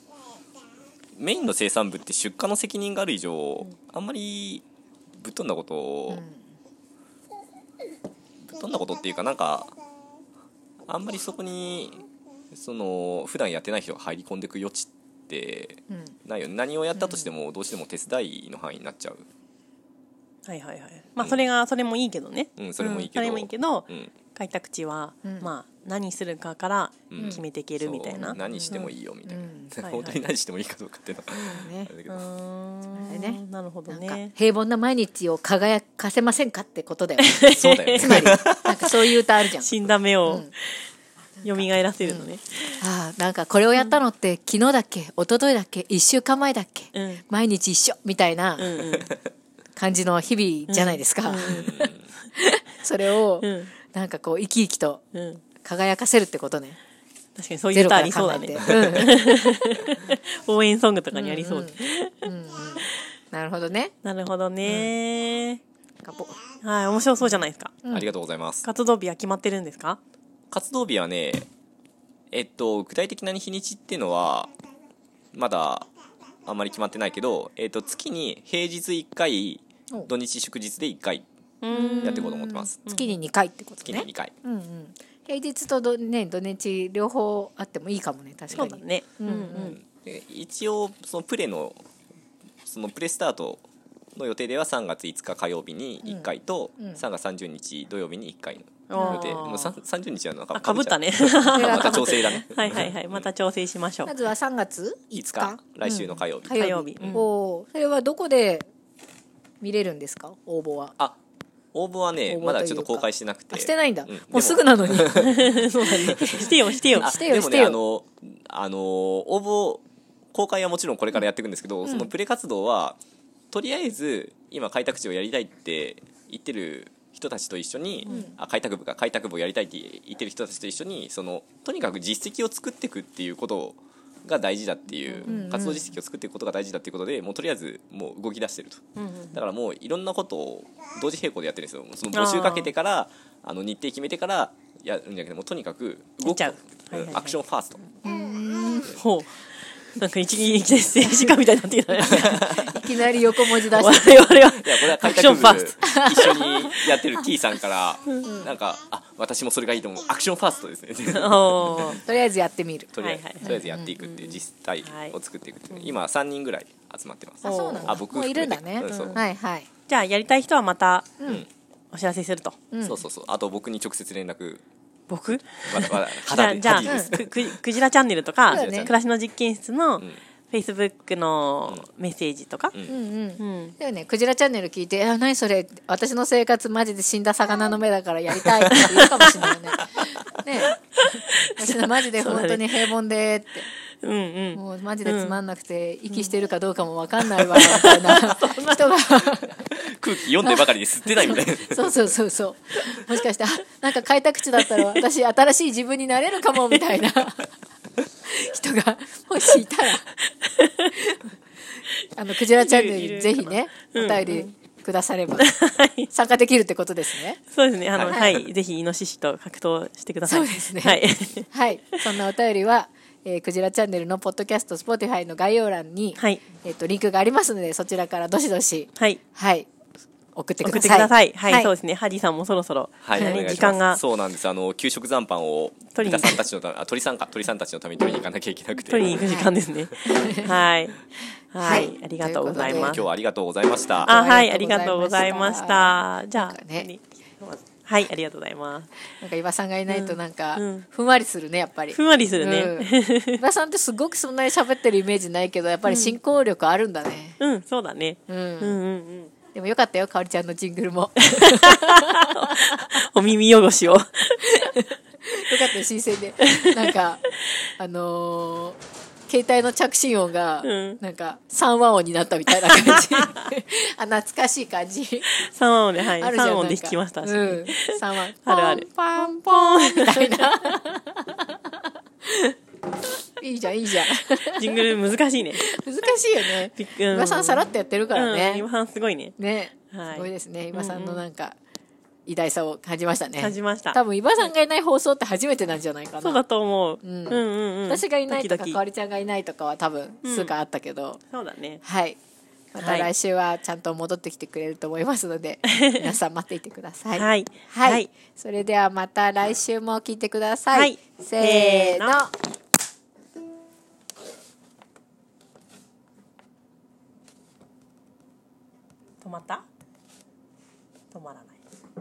Speaker 4: メインの生産部って出荷の責任がある以上、あんまりぶっ飛んだことを、ぶっ飛んだことっていうかなんかあんまりそこにその普段やってない人が入り込んでいく余地って
Speaker 2: うん
Speaker 4: ないよね何をやったとしてもどうしても手伝いの範囲になっちゃう、
Speaker 1: はいはいはいまあそれがそれもいいけどね
Speaker 4: うんそれもいいけど
Speaker 1: それもいいけど
Speaker 4: うん、
Speaker 1: 開拓地は
Speaker 2: うん
Speaker 1: まあ何するかから
Speaker 4: うん
Speaker 1: 決めていけるみたいな
Speaker 4: そう何してもいいよみたいな、
Speaker 2: うん
Speaker 1: うん
Speaker 4: 本当に何してもいいかどうかっていうのは
Speaker 2: ね
Speaker 4: あれだけ
Speaker 1: う
Speaker 4: ど、
Speaker 1: ーん
Speaker 2: れね
Speaker 1: なるほど
Speaker 2: なんか
Speaker 1: ね
Speaker 2: 平凡な毎日を輝かせませんかってことだよ
Speaker 4: そうだよね
Speaker 2: つまりなんかそういう歌あるじゃん
Speaker 1: 死んだ目を
Speaker 2: ん
Speaker 1: 蘇らせるのね
Speaker 2: ああなんかこれをやったのって昨日だっけ一昨日だっけ1週間前だっけ、
Speaker 1: うん
Speaker 2: 毎日一緒みたいな
Speaker 1: うんうん
Speaker 2: 感じの日々じゃないですか、それを
Speaker 1: うん
Speaker 2: なんかこう生き生きと
Speaker 1: うん
Speaker 2: 輝かせるってことね
Speaker 1: 確かにそうい
Speaker 2: ゼ
Speaker 1: う
Speaker 2: ロ
Speaker 1: 歌
Speaker 2: か
Speaker 1: あ
Speaker 2: ら
Speaker 1: りそう
Speaker 2: 考
Speaker 1: だ
Speaker 2: え
Speaker 1: ね
Speaker 2: て、うん
Speaker 1: 応援ソングとかにありそうで
Speaker 2: なるほどね
Speaker 1: なるほどね
Speaker 2: なんかぼ
Speaker 1: はい面白そうじゃないですか
Speaker 4: ありがとうございます
Speaker 1: 活動日は決まってるんですか
Speaker 4: 活動日はねえっと具体的な日にちっていうのはまだあんまり決まってないけど、えっと、月に平日1回
Speaker 2: お
Speaker 4: 土日祝日で1回
Speaker 1: うん
Speaker 4: やっていこうと思ってます
Speaker 2: 月に2回ってこと
Speaker 4: 月
Speaker 2: ね
Speaker 4: に2回、
Speaker 2: うんうん、平日とど、ね、土日両方あってもいいかもね確
Speaker 1: そ
Speaker 2: か
Speaker 1: うだ
Speaker 2: に
Speaker 1: ねうんう
Speaker 4: うんんで一応そのプレのそのプレスタートの予定では3月5日火曜日に1回と
Speaker 2: うんうん
Speaker 4: 3月30日土曜日に1回の
Speaker 1: あ
Speaker 4: 予
Speaker 1: ー
Speaker 4: 定もうさん30日はなん
Speaker 1: あ
Speaker 4: か
Speaker 1: かぶったね
Speaker 4: まあまた調整だね
Speaker 1: はいはいはいまた調整しましょう
Speaker 2: まずは3月5
Speaker 4: 5
Speaker 2: 日
Speaker 4: 日来週の火曜日、
Speaker 2: 火曜日
Speaker 1: 火曜日うん
Speaker 2: おーそれはどこで見れるんですか応募は
Speaker 4: あ応募は
Speaker 2: 応募とい
Speaker 4: ね
Speaker 2: うか
Speaker 4: まだちょっと公開してなくて
Speaker 2: あしてないんだ、
Speaker 4: うん
Speaker 2: もうすぐなのに
Speaker 1: してよしてよ
Speaker 4: あ
Speaker 2: してよ
Speaker 4: でも
Speaker 2: して
Speaker 4: ね
Speaker 2: よ
Speaker 4: あのあの応募公開はもちろんこれからやっていくんですけど、そのプレ活動はとりあえず今開拓地をやりたいって言ってる人たちと一緒に、あ開拓部か開拓部をやりたいって言ってる人たちと一緒にそのとにかく実績を作っていくっていうことが大事だっていう、
Speaker 2: うん
Speaker 4: 活動実績を作っていくことが大事だっていうことでもうとりあえずもう動き出してると
Speaker 1: うんうん
Speaker 4: だからもういろんなことを同時並行でやってるんですよその募集かけてからあの日程決めてからやるんじゃなくてもうとにかく
Speaker 1: やっ
Speaker 4: 動
Speaker 1: ち
Speaker 4: く
Speaker 1: ゃうはいはいはい
Speaker 4: アクションファースト
Speaker 1: ほうなんか一撃一撃政治家みたいになってきた ね
Speaker 2: いきなり横文字出
Speaker 1: 我
Speaker 2: して
Speaker 1: 々はい
Speaker 4: やこれは
Speaker 1: ア
Speaker 4: 開
Speaker 1: クション
Speaker 4: 拓
Speaker 1: ファー
Speaker 4: 部
Speaker 1: ス
Speaker 4: 一緒にやってる T さ んからなんかあ私もそれがいいと思うアクションファーストです ね
Speaker 1: トおー
Speaker 2: とりあえずやってみる
Speaker 4: とりあえず、
Speaker 1: はいはい
Speaker 4: とりあえずやっていくっていう実態を作っていくっていう今3人ぐらい集まってます
Speaker 2: あそうなんだ
Speaker 4: あ僕
Speaker 2: もういるんだね、
Speaker 4: 含めてうんそう
Speaker 2: はいはい
Speaker 1: じゃあやりたい人はまた
Speaker 4: うん
Speaker 1: お知らせすると
Speaker 4: そうそうそうあと僕に直接連絡
Speaker 1: 僕じ
Speaker 4: まだまだ
Speaker 1: ゃ
Speaker 4: 肌
Speaker 1: あ
Speaker 4: で
Speaker 1: じゃあ
Speaker 4: 肌です
Speaker 1: くくくじらチャンネルとか
Speaker 2: そうだね
Speaker 1: 暮らしの実験室の
Speaker 4: ん
Speaker 1: フェイスブックのメッセージとか
Speaker 4: ん
Speaker 2: うんうん
Speaker 1: うん
Speaker 2: でもね、クジラチャンネル聞いて、あ、何それ、私の生活マジで死んだ魚の目だからやりたいって言うかもしれないよね。ねえ私のマジで本当に平凡でって、
Speaker 1: うんうん
Speaker 2: もうマジでつまんなくて、息してるかどうかもわかんないわ、みたいな 人が、
Speaker 4: 空気読んでばかりで吸ってないみ たいな
Speaker 2: そうそうそうそう。もしかして、あ、なんか開拓地だったら私新しい自分になれるかも、みたいな人が、もしいたら、あの、クジラチャンネルにぜひね、お便りくだされば。
Speaker 1: はい
Speaker 2: 参加できるってことですね。
Speaker 1: そうですねあの
Speaker 4: は
Speaker 1: はいぜひイノシシと格闘してください
Speaker 2: そうですね
Speaker 1: はい
Speaker 2: はい、そんなお便りは、えー、クジラチャンネルのポッドキャスト、Spotify の概要欄に、
Speaker 1: はい
Speaker 2: えっ、とリンクがありますので、そちらからどしどし、
Speaker 1: はい
Speaker 2: はい、送ってく
Speaker 1: 送
Speaker 2: だ
Speaker 1: ってく
Speaker 2: さい。
Speaker 1: ださいはいそうですねハリーさんもそろそろ
Speaker 4: はい、お願いします
Speaker 1: 時間が
Speaker 4: そうなんですあの給食残飯を
Speaker 1: 取りに
Speaker 4: 豚さんたちのためあ鳥さんか鳥さんたちのために取りに行かなきゃいけなくて
Speaker 1: 取りに行く時間ですね。はい。は
Speaker 2: はい
Speaker 1: い。ありがとうござい
Speaker 2: というこ
Speaker 1: ま
Speaker 2: と
Speaker 4: 今日
Speaker 1: す。
Speaker 4: はありがとうございました
Speaker 1: あ、はい、
Speaker 2: あ
Speaker 1: あ
Speaker 2: り
Speaker 1: り
Speaker 2: が
Speaker 1: が
Speaker 2: と
Speaker 1: と
Speaker 2: う
Speaker 1: う
Speaker 2: ご
Speaker 1: ご
Speaker 2: ざ
Speaker 1: ざ
Speaker 2: い
Speaker 1: い
Speaker 2: ま
Speaker 1: ま
Speaker 2: し
Speaker 1: したた。じゃ
Speaker 2: なんか
Speaker 1: あ、
Speaker 2: ね
Speaker 1: はい、ありがとうございます。
Speaker 2: なんか、岩さんがいないと、なんか、
Speaker 1: うん
Speaker 2: ふんわりするね、やっぱり。
Speaker 1: ふんわりする
Speaker 2: うん
Speaker 1: ね。
Speaker 2: 岩、さんってすごくそんなに喋ってるイメージないけど、やっぱり進行力あるんだね。
Speaker 1: うん、そうだね。
Speaker 2: うん。
Speaker 1: うんうんうん。
Speaker 2: でもよかったよ、かおりちゃんのジング ルも。
Speaker 1: お耳汚しを。
Speaker 2: よかったよ新鮮でなんかあのー携帯の着信音が、
Speaker 1: うん
Speaker 2: なんか3和音になったみたいな感じ あ懐かしい感じ
Speaker 1: 3音で、はい、
Speaker 2: あるじゃん
Speaker 1: 3音で
Speaker 2: なんか
Speaker 1: 弾きました。
Speaker 2: うん、
Speaker 1: 確かに
Speaker 2: 3和
Speaker 1: あるある
Speaker 2: パンパンポンみた いないいじゃんいいじゃん
Speaker 1: ジングル難 しいね。
Speaker 2: 難しいよね
Speaker 1: びっくうん
Speaker 2: 今さんさらっとやってるから
Speaker 1: うん
Speaker 2: ね、
Speaker 1: 今さんすごいね。
Speaker 2: ね、
Speaker 1: はい
Speaker 2: すごいですね今さんのなんか、偉大さを感じましたね
Speaker 1: 感じました
Speaker 2: 多分伊庭さんがいない放送って初めてなんじゃないかな
Speaker 1: そうだと思う、
Speaker 2: ん
Speaker 1: うんうんうん
Speaker 2: 私がいないと
Speaker 1: ド
Speaker 2: か
Speaker 1: キ
Speaker 2: か
Speaker 1: ド
Speaker 2: わ
Speaker 1: キ
Speaker 2: りちゃんがいないとかは多分数回あったけど、
Speaker 1: そうだね
Speaker 2: はいまた
Speaker 1: はい
Speaker 2: 来週はちゃんと戻ってきてくれると思います ので、皆さん待っていてください
Speaker 1: はい
Speaker 2: はい、
Speaker 1: はい
Speaker 2: それではまた来週も聞いてください、
Speaker 1: はい
Speaker 2: せー
Speaker 1: せー
Speaker 2: の
Speaker 1: 止まった止まらない